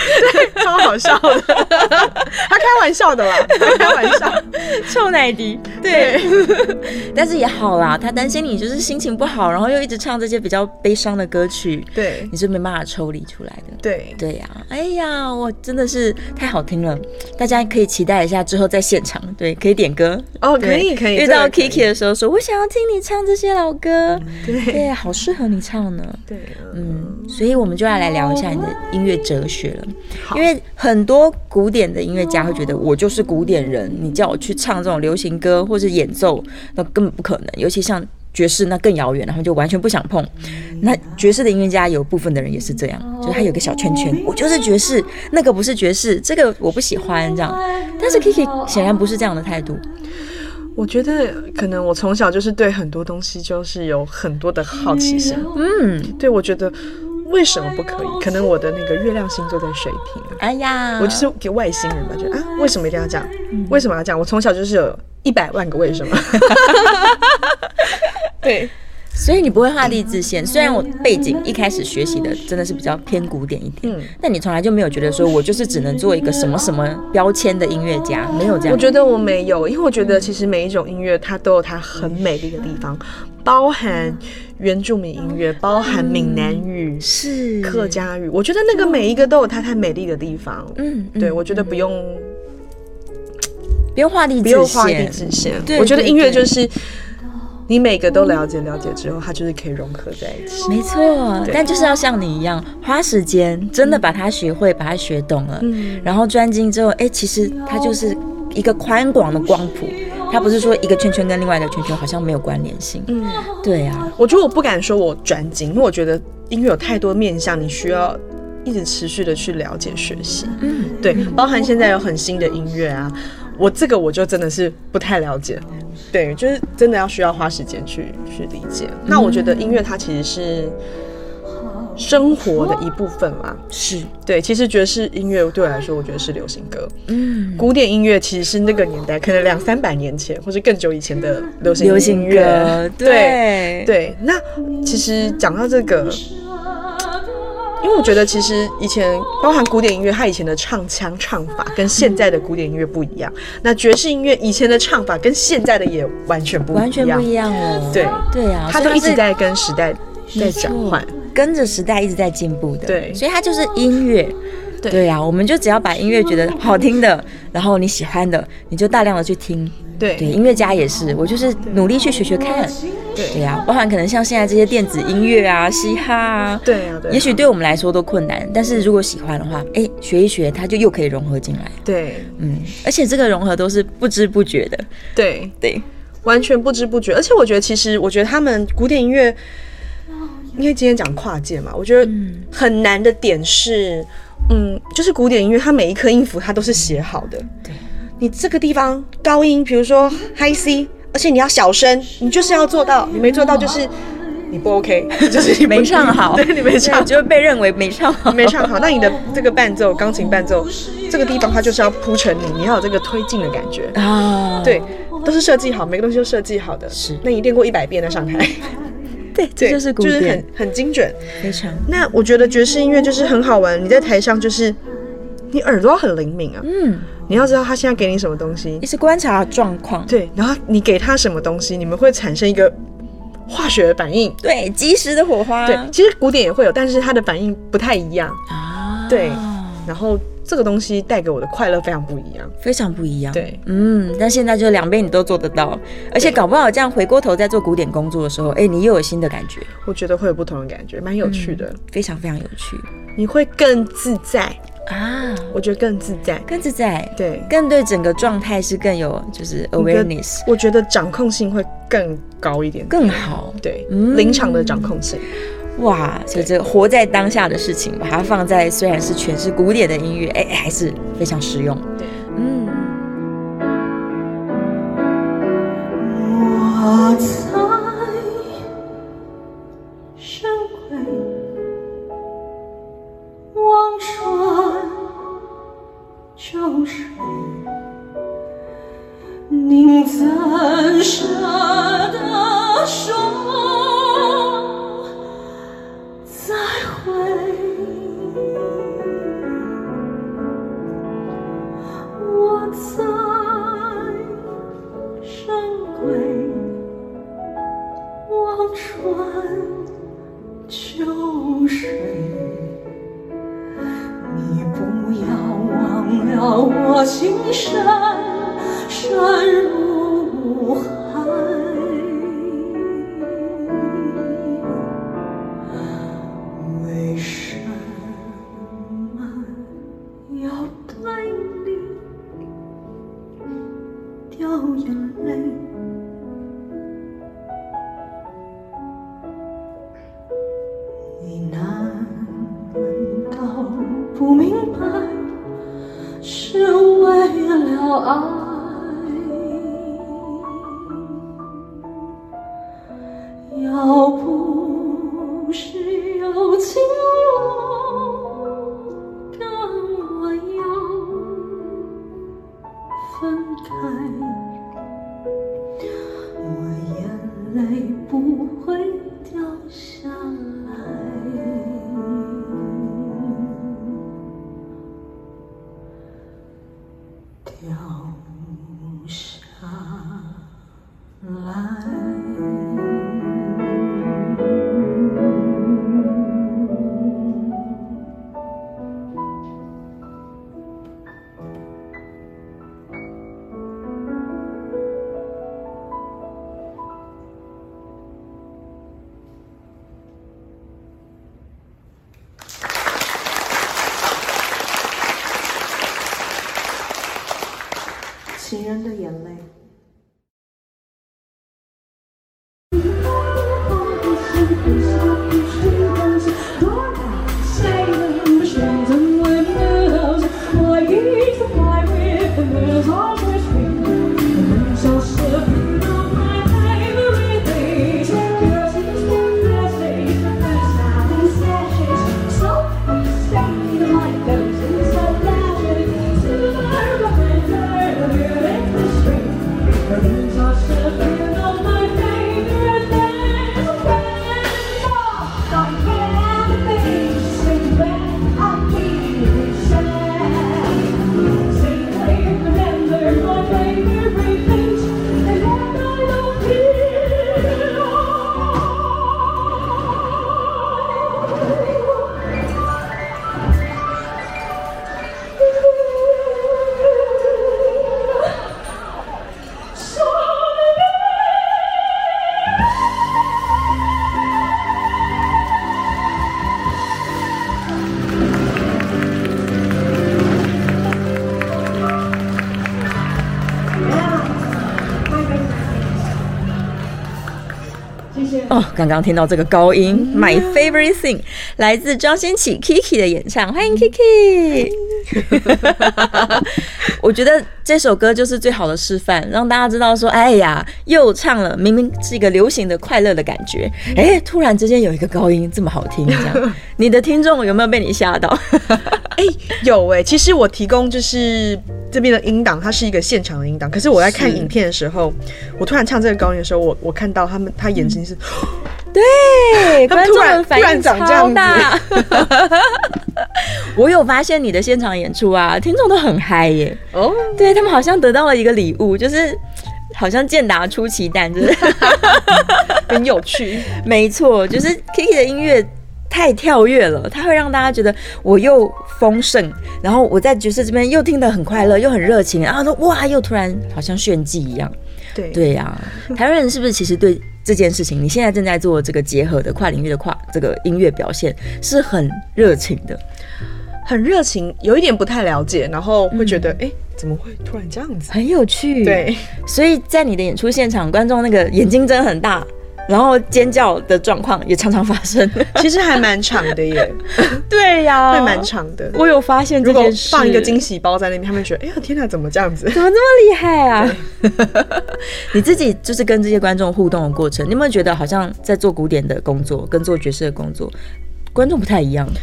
B: 超好笑的。” [LAUGHS] 他开玩笑的啦，他开玩笑。
A: [LAUGHS] 臭奶迪。对， [LAUGHS] 但是也好啦，他担心你就是心情不好，然后又一直唱这些比较悲伤的歌曲，
B: [LAUGHS] 对
A: 你是没办法抽离出来的。
B: 对，
A: 对呀、哎呀，我真的是太好听了，大家可以期待一下之后在现场，对，可以点歌
B: 哦
A: 对
B: 可以可以
A: 遇
B: 这
A: 到
B: 个可以
A: Kiki 的时候说，我想要听你唱这些老歌，
B: 对
A: 对，好适合你唱呢。
B: 对，
A: 嗯，所以我们就要来聊一下你的音乐哲学了，因为很多古典的音乐家会觉得我就是古典人，你叫我去唱这种流行歌或是演奏，那根本不可能。尤其像爵士，那更遥远，然后就完全不想碰。
B: 嗯
A: 那爵士的音乐家有部分的人也是这样，就是他有一个小圈圈，我就是爵士，那个不是爵士，这个我不喜欢这样。但是 Kiki 显然不是这样的态度，
B: 我觉得可能我从小就是对很多东西就是有很多的好奇心。
A: 嗯，
B: 对，我觉得为什么不可以？可能我的那个月亮星座在水瓶，
A: 哎呀，
B: 我就是给外星人吧，觉得啊，为什么一定要这样？为什么要这样？我从小就是有一百万个为什么。 [LAUGHS] 对，
A: 所以你不会画地自限。虽然我背景一开始学习的真的是比较偏古典一点，
B: 嗯
A: 但你从来就没有觉得说我就是只能做一个什么什么标签的音乐家，没有这样。
B: 我觉得我没有，因为我觉得其实每一种音乐它都有它很美丽的地方，包含原住民音乐，包含闽南语、
A: 是
B: 客，家语，我觉得那个每一个都有它它美丽的地方。
A: 嗯，嗯
B: 对，我觉得不用
A: 不用画地
B: 不
A: 自
B: 用画地
A: 限。
B: 自限
A: 对。
B: 我觉得
A: 对
B: 音乐
A: 对
B: 就是你每个都了解了解之后，它就是可以融合在一起。
A: 没错，
B: 对
A: 但就是要像你一样花时间，真的把它学会，把它学懂了，
B: 嗯
A: 然后专精之后，哎，其实它就是一个宽广的光谱，它不是说一个圈圈跟另外一个圈圈好像没有关联性。
B: 嗯，
A: 对啊，
B: 我觉得我不敢说我专精，因为我觉得音乐有太多面向，你需要一直持续的去了解学习。
A: 嗯，
B: 对，包含现在有很新的音乐啊，我这个我就真的是不太了解。对，就是真的要需要花时间去去理解。那我觉
A: 嗯
B: 得音乐它其实是生活的一部分啦。
A: 哦是，
B: 对，其实爵士音乐对我来说，我觉得是流行歌。
A: 嗯，
B: 古典音乐其实是那个年代，可能两三百年前或是更久以前的流行
A: 流行
B: 音乐
A: 歌，
B: 对
A: 对嗯
B: 对，那其实讲到这个，因为我觉得其实以前包含古典音乐，它以前的唱腔唱法跟现在的古典音乐不一样。那爵士音乐以前的唱法跟现在的也完全不一样，
A: 完全不一样哦。
B: 对
A: 对啊，
B: 它
A: 所
B: 都
A: 以
B: 一直
A: 是
B: 在跟时代在转换。
A: 跟着时代一直在进步的。
B: 对
A: 所以它就是音乐。对呀、啊，我们就只要把音乐觉得好听的，然后你喜欢的，你就大量的去听。
B: 对
A: 对，音乐家也是，我就是努力去学学看。
B: 对
A: 对呀、啊，包含可能像现在这些电子音乐啊、嘻哈啊，
B: 对啊，对啊
A: 也许对我们来说都困难，但是如果喜欢的话，哎，学一学，它就又可以融合进来。
B: 对
A: 嗯，而且这个融合都是不知不觉的。
B: 对
A: 对，
B: 完全不知不觉。而且我觉得，其实我觉得他们古典音乐，因为今天讲跨界嘛，我觉得
A: 嗯
B: 很难的点是，嗯，就是古典音乐它每一颗音符它都是写好的。对，你这个地方高音，比如说 high C，而且你要小声，你就是要做到，你没做到就是你不 OK，就是 [LAUGHS] 你不
A: 没唱好
B: [LAUGHS] 对，你没唱
A: 对。就会被认为没唱好。
B: [LAUGHS] 没唱好，那你的这个伴奏，钢琴伴奏这个地方，它就是要铺成你，你要有这个推进的感觉。
A: 啊，
B: 对，都是设计好，每个东西都设计好的。
A: 是
B: 那你练过一百遍
A: [LAUGHS]
B: 在上台，
A: [LAUGHS] 对，这
B: 对，
A: 就是古
B: 就是
A: 典
B: 很，很精准。
A: 非常
B: 那我觉得爵士音乐就是很好玩，你在台上就是你耳朵很灵敏啊，
A: 嗯，
B: 你要知道他现在给你什么东西
A: 一，是观察状况，
B: 对，然后你给他什么东西，你们会产生一个化学反应。
A: 对，及时的火花，
B: 对，其实古典也会有，但是它的反应不太一样。
A: 啊
B: 对然后这个东西带给我的快乐非常不一样。
A: 非常不一样。
B: 对，
A: 嗯，但现在就两边你都做得到，而且搞不好这样回过头再做古典工作的时候，哎，你又有新的感觉，
B: 我觉得会有不同的感觉，蛮有趣的。
A: 非常非常有趣
B: 你会更自在，
A: 啊，
B: 我觉得更自在。
A: 更自在，
B: 对，
A: 更对整个状态是更有就是
B: 你的
A: awareness
B: 我觉得掌控性会更高一点，
A: 更好。
B: 对，
A: 嗯
B: 临场的掌控性。
A: 哇，所以这个活在当下的事情，把它放在虽然是全是古典的音乐，哎，还是非常实用。
B: 对，
A: 嗯。
C: 我在深闺望穿秋水，凝怎舍得说再会？我在。山归望穿秋水，你不要忘了我情深深如海。为什么要对你？掉眼泪。你难道不明白，是为了爱？要不是有情路跟我要。分开，我眼泪不会掉下来，掉下来。
E: 情人的眼泪。
A: 哦，刚刚听到这个高音、m
B: 嗯
A: y favorite thing，来自张新起 Kiki 的演唱，
B: 嗯
A: 欢迎 Kiki。我觉得这首歌就是最好的示范，让大家知道说，哎呀，又唱了，明明是一个流行的快乐的感觉，
B: 嗯
A: 哎，突然之间有一个高音这么好听，这
B: [LAUGHS]
A: 样，你的听众有没有被你吓到？
B: 哎、有哎、其实我提供就是这边的音档，它是一个现场的音档。可是我在看
A: 是
B: 影片的时候，我突然唱这个高音的时候，我我看到他们他眼睛是，
A: 对，[LAUGHS]
B: 他
A: 观
B: 们
A: 众
B: 突然
A: 的反
B: 突然
A: 应
B: 长这样
A: 超
B: 子
A: 大。 [LAUGHS] 我有发现你的现场演出啊，听众都很嗨耶。
B: 哦，
A: 对他们好像得到了一个礼物，就是好像健达出奇蛋，就是
B: [LAUGHS]
A: [LAUGHS]
B: 很有趣。
A: 没错，就是 Kiki 的音乐。太跳跃了，它会让大家觉得我又丰盛，然后我在爵士这边又听得很快乐，又很热情，然后说哇，又突然好像炫技一样。
B: 对
A: 对 [LAUGHS] 呀、台湾人是不是其实对这件事情，你现在正在做这个结合的跨领域的跨这个音乐表现是很热情的？
B: 很热情，有一点不太了解，然后会觉得哎、诶怎么会突然这样子？
A: 很有趣。
B: 对，
A: 所以在你的演出现场，观众那个眼睛睁很大，然后尖叫的状况也常常发生。
B: 其实还蛮长的耶，
A: 对呀、 [LAUGHS]
B: 会蛮长的。
A: 我有发现这
B: 如果
A: 件事，
B: 放一个惊喜包在那边，他们会觉得哎呀天哪，怎么这样子？
A: 怎么这么厉害啊？ [LAUGHS] 你自己就是跟这些观众互动的过程，你有没有觉得好像在做古典的工作跟做爵士的工作，观众不太一样？
B: [LAUGHS]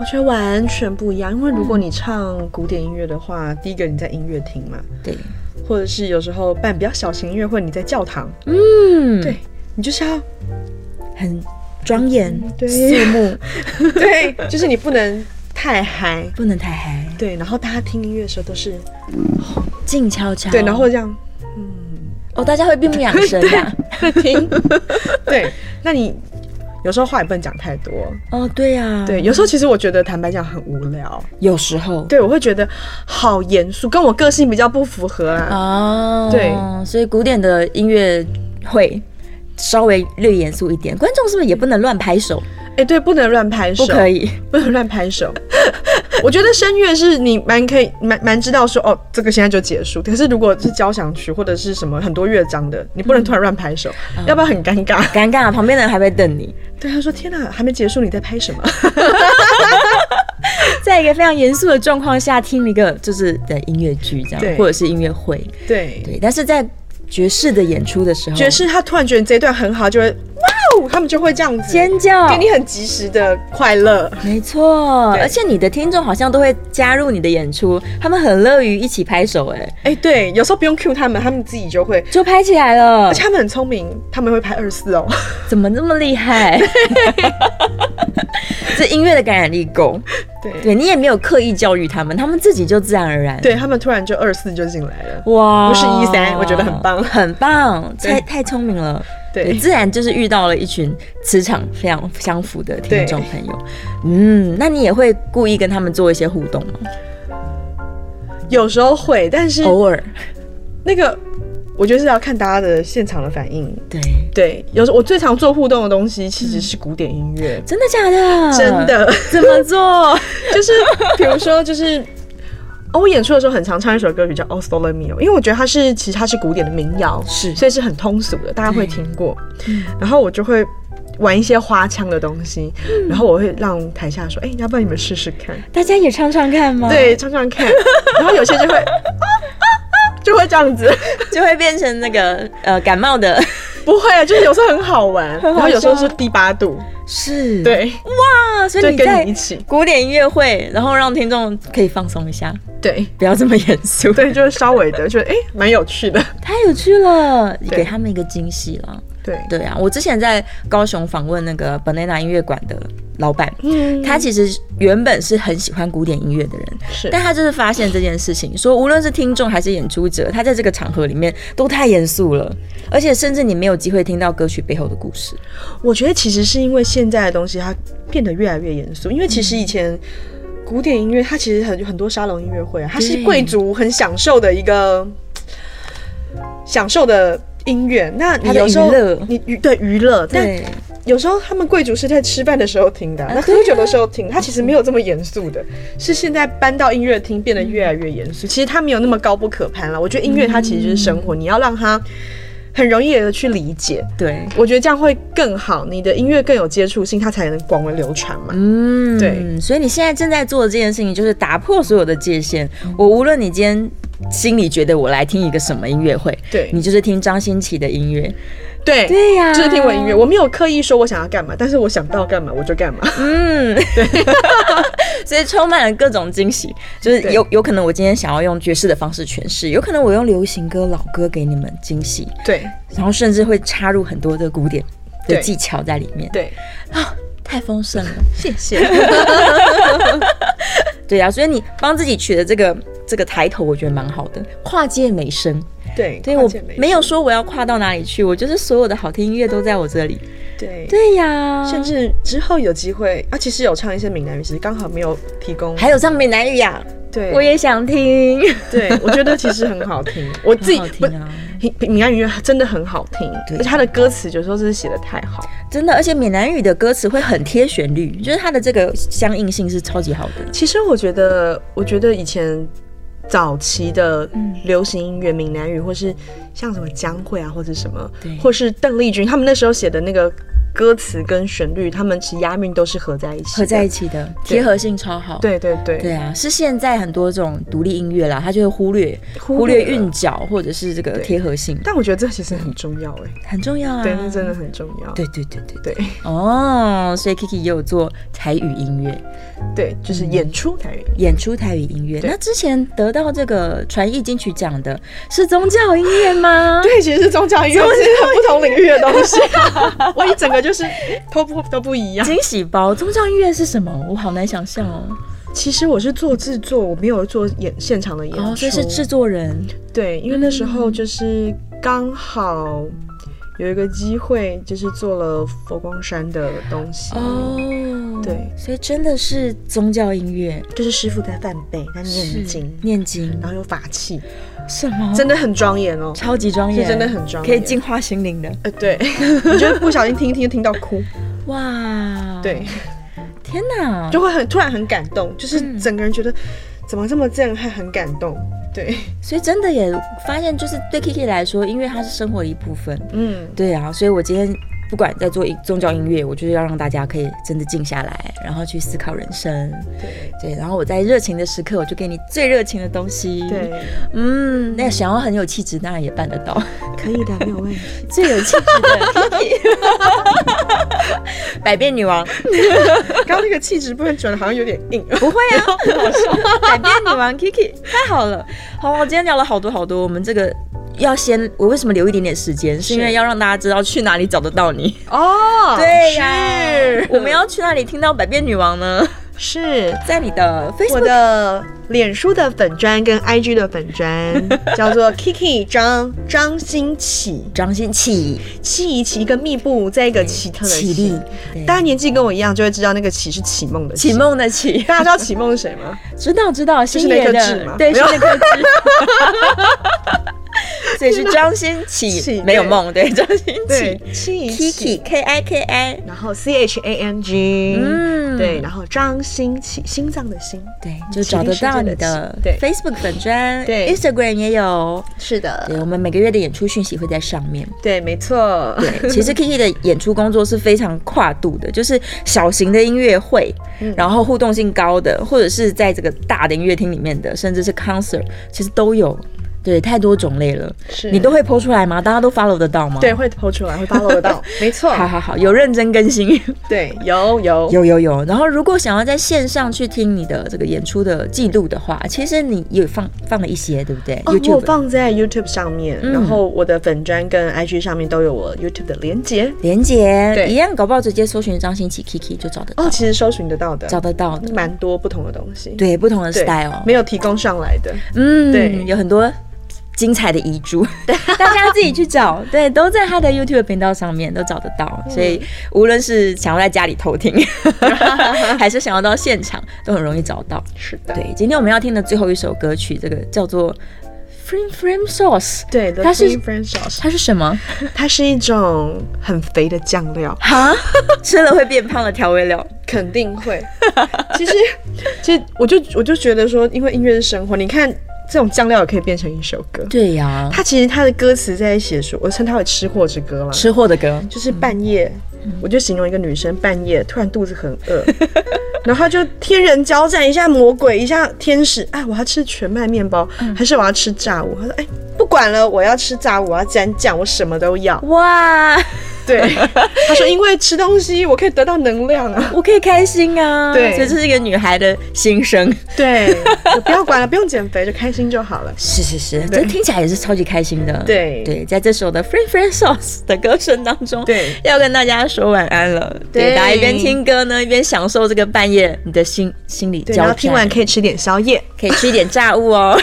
B: 我觉得完全不一样，因为如果你唱古典音乐的话，第一个你在音乐厅嘛，
A: 对，
B: 或者是有时候办比较小型音乐会，你在教堂，
A: 嗯，
B: 对你就是要
A: 很庄严，
B: 对
A: 肃穆，
B: [LAUGHS] 对，就是你不能太嗨，哦
A: 不能太嗨，
B: 对，然后大家听音乐的时候都是
A: 静悄悄。
B: 对，然后这样
A: 哦，大家会闭目养神 [LAUGHS] 的。啊
B: 听，对，那你有时候话也不能讲太多，
A: 哦，对呀、啊，
B: 对，，有时候其实我觉得坦白讲很无聊，
A: 有时候，
B: 对我会觉得好严肃，跟我个性比较不符合啊，
A: 哦，
B: 对，
A: 所以古典的音乐会稍微略严肃一点，观众是不是也不能乱拍手？
B: 哎、对，不能乱拍手，
A: 不可以， [LAUGHS]
B: 不能乱拍手。 [LAUGHS] 我觉得声乐是你蛮可以蛮蛮知道说哦，这个现在就结束。可是如果是交响曲或者是什么很多乐章的，你不能突然乱拍手，
A: 嗯
B: [LAUGHS] 要不然很尴尬。
A: 尴尬，旁边的人还会瞪你。
B: 对，他说天哪，还没结束，你在拍什么？ [LAUGHS]
A: 在一个非常严肃的状况下听一个就是的音乐剧这样，
B: 对
A: 或者是音乐会，
B: 对，
A: 对。但是在爵士的演出的时候，
B: 爵士他突然觉得你这一段很好，就会哇哦，他们就会这样子
A: 尖叫，
B: 给你很及时的快乐。
A: 没错，
B: 对
A: 而且你的听众好像都会加入你的演出，他们很乐于一起拍手，哎，
B: 哎、对，有时候不用 cue 他们，他们自己就会。
A: 就拍起来
B: [LAUGHS]
A: 了
B: 而且，他们很聪明，他们会拍二四哦。 [LAUGHS]
A: 怎么那么厉害？ [LAUGHS] 这音乐的感染力够，
B: 对，
A: 对你也没有刻意教育他们，他们自己就自然而然。，
B: 对他们突然就二四就进来了。
A: 哇，
B: 不是13我觉
A: 哦
B: 得很棒
A: 很棒，
B: 对
A: 太太聪明了。
B: 对
A: 自然就是遇到了一群磁场非常相符的听
B: 对
A: 众朋友。嗯，那你也会故意跟他们做一些互动吗？
B: 有时候会，但是
A: 偶尔，
B: 那个我觉得是要看大家的现场的反应。
A: 对，
B: 对，有时候我最常做互动的东西其实是古典音乐，
A: 真的假的？
B: 真的
A: 怎么做？
B: [LAUGHS] 就是比如说就是。哦，我演出的时候很常唱一首歌曲叫《O Oh, Sole Mio》，因为我觉得它是其实它是古典的民谣，
A: 是嗯
B: 所以是很通俗的，大家会听过。然后我就会玩一些花腔的东西，然后我会让台下说：“哎、要不然你们试试看？”
A: 嗯大家也唱唱看吗？，
B: 对，唱唱看。然后有些就会 [LAUGHS] 就会这样子，
A: 就会变成那个呃感冒的，
B: 不会啊，就是有时候很好玩，
A: 好
B: 然后有时候
A: 笑
B: 是第八度，
A: 是，
B: 对，
A: 啊，所以
B: 就
A: 你在
B: 跟你一起，
A: 古典音乐会，然后让听众可以放松一下，
B: 对
A: 不要这么严肃，
B: 对，就是稍微的觉得哎，蛮、有趣的，
A: 太有趣了，
B: 对
A: 给他们一个惊喜了。
B: 对
A: 对啊，我之前在高雄访问那个 Banana 音乐馆的老板，他其实原本是很喜欢古典音乐的人，
B: 是
A: 但他就是发现这件事情，说无论是听众还是演出者，他在这个场合里面都太严肃了，而且甚至你没有机会听到歌曲背后的故事。
B: 我觉得其实是因为现在的东西它变得越来越严肃，因为其实以前。古典音乐，它其实很很多沙龙音乐会啊，它是
A: 对
B: 贵族很享受的一个享受的音乐。那
A: 它
B: 你
A: 的
B: 有时候
A: 娱乐
B: 你娱对娱乐，但
A: 对，
B: 有时候他们贵族是在吃饭的时候听的啊，那喝酒的时候听，他其实没有这么严肃的，是现在搬到音乐厅变得越来越严肃。其实他没有那么高不可攀了。我觉得音乐它其实就是生
A: 嗯
B: 活，你要让它很容易的去理解，
A: 对，
B: 我觉得这样会更好，你的音乐更有接触性，它才能广为流传嘛。
A: 嗯，
B: 对，
A: 所以你现在正在做的这件事情，就是打破所有的界限。我无论你今天心里觉得我来听一个什么音乐会，
B: 对
A: 你就是听张新奇的音乐，
B: 对，
A: 对呀
B: 就是听我音乐，我没有刻意说我想要干嘛，但是我想到干嘛我就干嘛。
A: [LAUGHS] 嗯，对，所以充满了各种惊喜，就是
B: 对
A: 有有可能我今天想要用爵士的方式诠释，有可能我用流行歌、老歌给你们惊喜，
B: 对
A: 然后甚至会插入很多的古典的
B: 对
A: 技巧在里面，
B: [LAUGHS] 对，
A: 啊，太丰盛了。
B: [LAUGHS] 谢谢。
A: [LAUGHS] 对啊，所以你帮自己取的这个这个抬头，我觉得蛮好的，跨界美声。
B: 对，
A: 对
B: 跨
A: 我
B: 界美
A: 没有
B: 术
A: 说我要跨到哪里去，我就是所有的好听音乐都在我这里。
B: 对
A: 对啊呀，
B: 甚至之后有机会啊，其实有唱一些闽南语，只是刚好没有提供。
A: 还有唱闽南语呀、
B: 对，
A: 我也想听。
B: 对，我觉得其实很
A: [LAUGHS]
B: 好听，我自己
A: 很好听啊
B: 不闽闽南语真的很好听，
A: 对
B: 而且它的歌词有时候真的写的太好。
A: 真的，而且闽南语的歌词会很贴旋律，就是它的这个相应性是超级好的。
B: 其实我觉得，我觉得以前早期的
A: 嗯
B: 流行音乐，闽南语或是像什么江蕙啊，或者什么
A: 对，
B: 或是邓丽君，他们那时候写的那个歌词跟旋律，他们其实押韵都是合在一起，
A: 合在一
B: 起。
A: 起的贴合性超好。
B: 对对对，
A: 对啊，是现在很多这种独立音乐啦，它就会忽略忽
B: 忽
A: 略
B: 略
A: 韵脚或者是这个
B: 对
A: 贴合性，
B: 但我觉得这其实很重要哎、
A: 很重要啊。
B: 对，那真的很重要。
A: 对对对对
B: 对
A: 哦，所以 Kiki 也有做台语音乐，嗯
B: 对，就是演出台语。
A: 演出台语音乐。
B: 对
A: 那之前得到这个传艺金曲奖的是宗教音乐吗？
B: 对，其实是宗教音乐是很不同领域的东西， [LAUGHS] 我一整个就是都不都不一样。
A: 惊喜包，宗教音乐是什么？我好难想象哦。
B: 其实我是做制作，我没有做演现场的演出，
A: 哦，所以是制作人，
B: 对，因为那时候就是刚好有一个机会，就是做了佛光山的东西，
A: 哦，
B: 对，
A: 所以真的是宗教音乐，
B: 就是师傅在梵呗，在
A: 是
B: 念经，
A: 念经
B: 然，后有法器，
A: 什么？
B: 真的很庄严哦。
A: 超级庄严，
B: 是真的很庄严
A: 可以净化心灵的。
B: 呃， [LAUGHS] 对，我觉得不小心听一听就听到哭，
A: 哇，
B: 对，，
A: 天哪，
B: 就会很突然很感动，就是整个人觉得怎么这么震撼，很感动。对，
A: 所以真的也发现，就是对 Kiki 来说，音乐它是生活的一部分。
B: 嗯，
A: 对啊，所以我今天不管在做一宗教音乐，我就是要让大家可以真的静下来，然后去思考人生。
B: 对
A: 对，然后我在热情的时刻，我就给你最热情的东西。
B: 对，，
A: 嗯，那想要很有气质，当然也办得到。
B: 可以的，没有问题。
A: 最有气质的 Kiki，百变女王
B: 刚刚那个气质部分转的好像有点硬，
A: 不会啊，百变女王 Kiki 太好了。好，我今天聊了好多好多，我们这个。要先，我为什么留一点点时间？是因为要让大家知道去哪里找得到你。
B: [LAUGHS] 哦，
A: 对呀，我们要去哪里听到百变女王呢？
B: 是
A: 在你的
B: 我
A: Facebook
B: 的脸书的粉砖跟 IG 的粉砖叫做 Kiki 张张新起，
A: 张新起
B: 起一起一个密布，再一个奇特的
A: 起立，对
B: 大家年纪跟我一样，就会知道那个起是启梦的
A: 启。梦的启，
B: 大家知道启梦是谁
A: [LAUGHS]
B: 吗？
A: 知道知道，
B: 是
A: 星爷
B: 那颗痣
A: 的
B: 吗
A: 对，
B: 没
A: 是
B: 有
A: 那颗痣。 [LAUGHS] 所以是张新起
B: 起
A: 没有
B: 对
A: 梦，对张新
B: 对
A: 起，
B: 七一起，
A: Kiki K I K I，
B: 然后 C H A N G，
A: 嗯
B: 对，然后张新起，心脏的心，
A: 对，就找得到你的
B: 对
A: Facebook 粉砖，
B: 对呃
A: ，Instagram 也有。
B: 是的，
A: 对，我们每个月的演出讯息会在上面。
B: 对，没错，
A: 对， [LAUGHS] 其实 Kiki 的演出工作是非常跨度的，就是小型的音乐会，
B: 嗯
A: 然后互动性高的，或者是在这个大的音乐厅里面的，甚至是 concert，其实都有。对，太多种类了，
B: 是
A: 你都会 PO 出来吗？大家都 follow 得到吗？
B: 对，，会抛出来，会 follow
A: [LAUGHS]
B: 得到，没错，
A: 好好好，有认真更新。 [LAUGHS]
B: 对，有有
A: 有有有，然后如果想要在线上去听你的这个演出的记录的话，其实你有放放了一些，对不对、
B: 哦，我
A: YouTube
B: 有放在 YouTube 上面，
A: 嗯
B: 然后我的粉砖跟 IG 上面都有我 YouTube 的连接。
A: 连接
B: 对
A: 一样，搞不好直接搜寻张新奇 Kiki 就找得到，
B: 哦，其实搜寻得到的，
A: 找得到的。
B: 蛮多不同的东西。
A: 对，不同的
B: 对
A: style，哦
B: 没有提供上来的。
A: 嗯，
B: 对
A: 有很多精彩的遗 [LAUGHS] 珠，大家自己去找， [LAUGHS] 对，都在他的 YouTube 频道上面都找得到，所以无论是想要在家里偷 [LAUGHS] 听，还是想要到现场，都很容易找到。
B: 是的，
A: 对，今天我们要听的最后一首歌曲，这个叫做《Frame Frame Sauce》，
B: 对，
A: 它是
B: f r e n c h sauce，
A: 它是什么？
B: 它是一种很肥的酱料，
A: 哈， [LAUGHS] 吃了会变胖的调味料。
B: 肯定会。其实，其实我就我就觉得说，因为音乐是生活，你看这种酱料也可以变成一首歌。
A: 对呀、
B: 它其实它的歌词在写说，我称它为吃货之歌啦。
A: 吃货的歌，
B: 就是半夜，我就形容一个女生半夜突然肚子很饿，然后她就天人交战，一下魔鬼，一下天使。哎，我要吃全麦面包，还是我要吃炸物？她说，哎，不管了，我要吃炸物，我要沾酱，我什么都要。
A: 哇，
B: 对，她说，因为吃东西我可以得到能量啊。
A: [LAUGHS] 我可以开心啊！
B: 对
A: 所以这是一个女孩的心声。
B: 对，我不要管了，不用减肥，就开心就好了。
A: 是是是，
B: 对
A: 这听起来也是超级开心的。
B: 对
A: 对，在这首的《Free Free Sauce》的歌声当中，
B: 对
A: 要跟大家说晚安了。对，
B: 对
A: 大家一边听歌呢，一边享受这个半夜你的心心理
B: 对，
A: 交
B: 然
A: 战。
B: 后听完可以吃点宵夜。
A: [LAUGHS] 可以吃一点炸物
B: [LAUGHS]
A: 哦。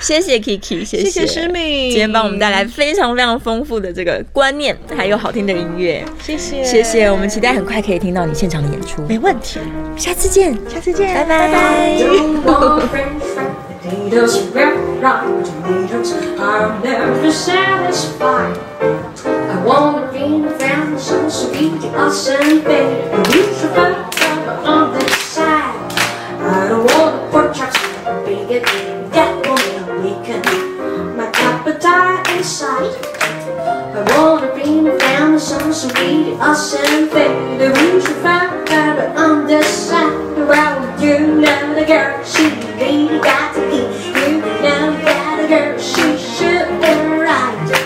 A: 谢谢 Kiki，谢
B: 谢谢诗敏
A: 今天帮我们带来非常非常丰富的这个的观念，还有好听的音乐。
B: 谢谢，
A: 谢谢，我哦们期待很快可以听到你现场的演出。
B: 没问题，
A: 下次见，
B: 下次见，
A: 拜拜。
C: Don't want French fried potatoes, red ripe tomatoes are never satisfied. I want a green fan, so sweet, awesome, baby. A reach of a on the side. I don't want the pork chops, big it, that will weaken my appetite inside. I want a green fan, so sweet, awesome, baby. A reach of a on the side. Well, you know the girl, she really got to eat. You know that a girl, she should be right.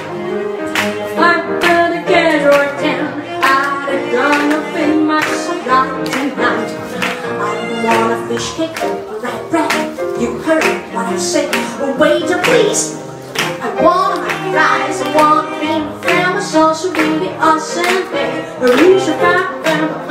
C: I'm gonna get right down. I gonna feed myself up tonight. I want a fish cake, red bread. You heard what I said. Oh, waiter, please. I want my fries. I want being famous, also really awesome. babe. A reason for them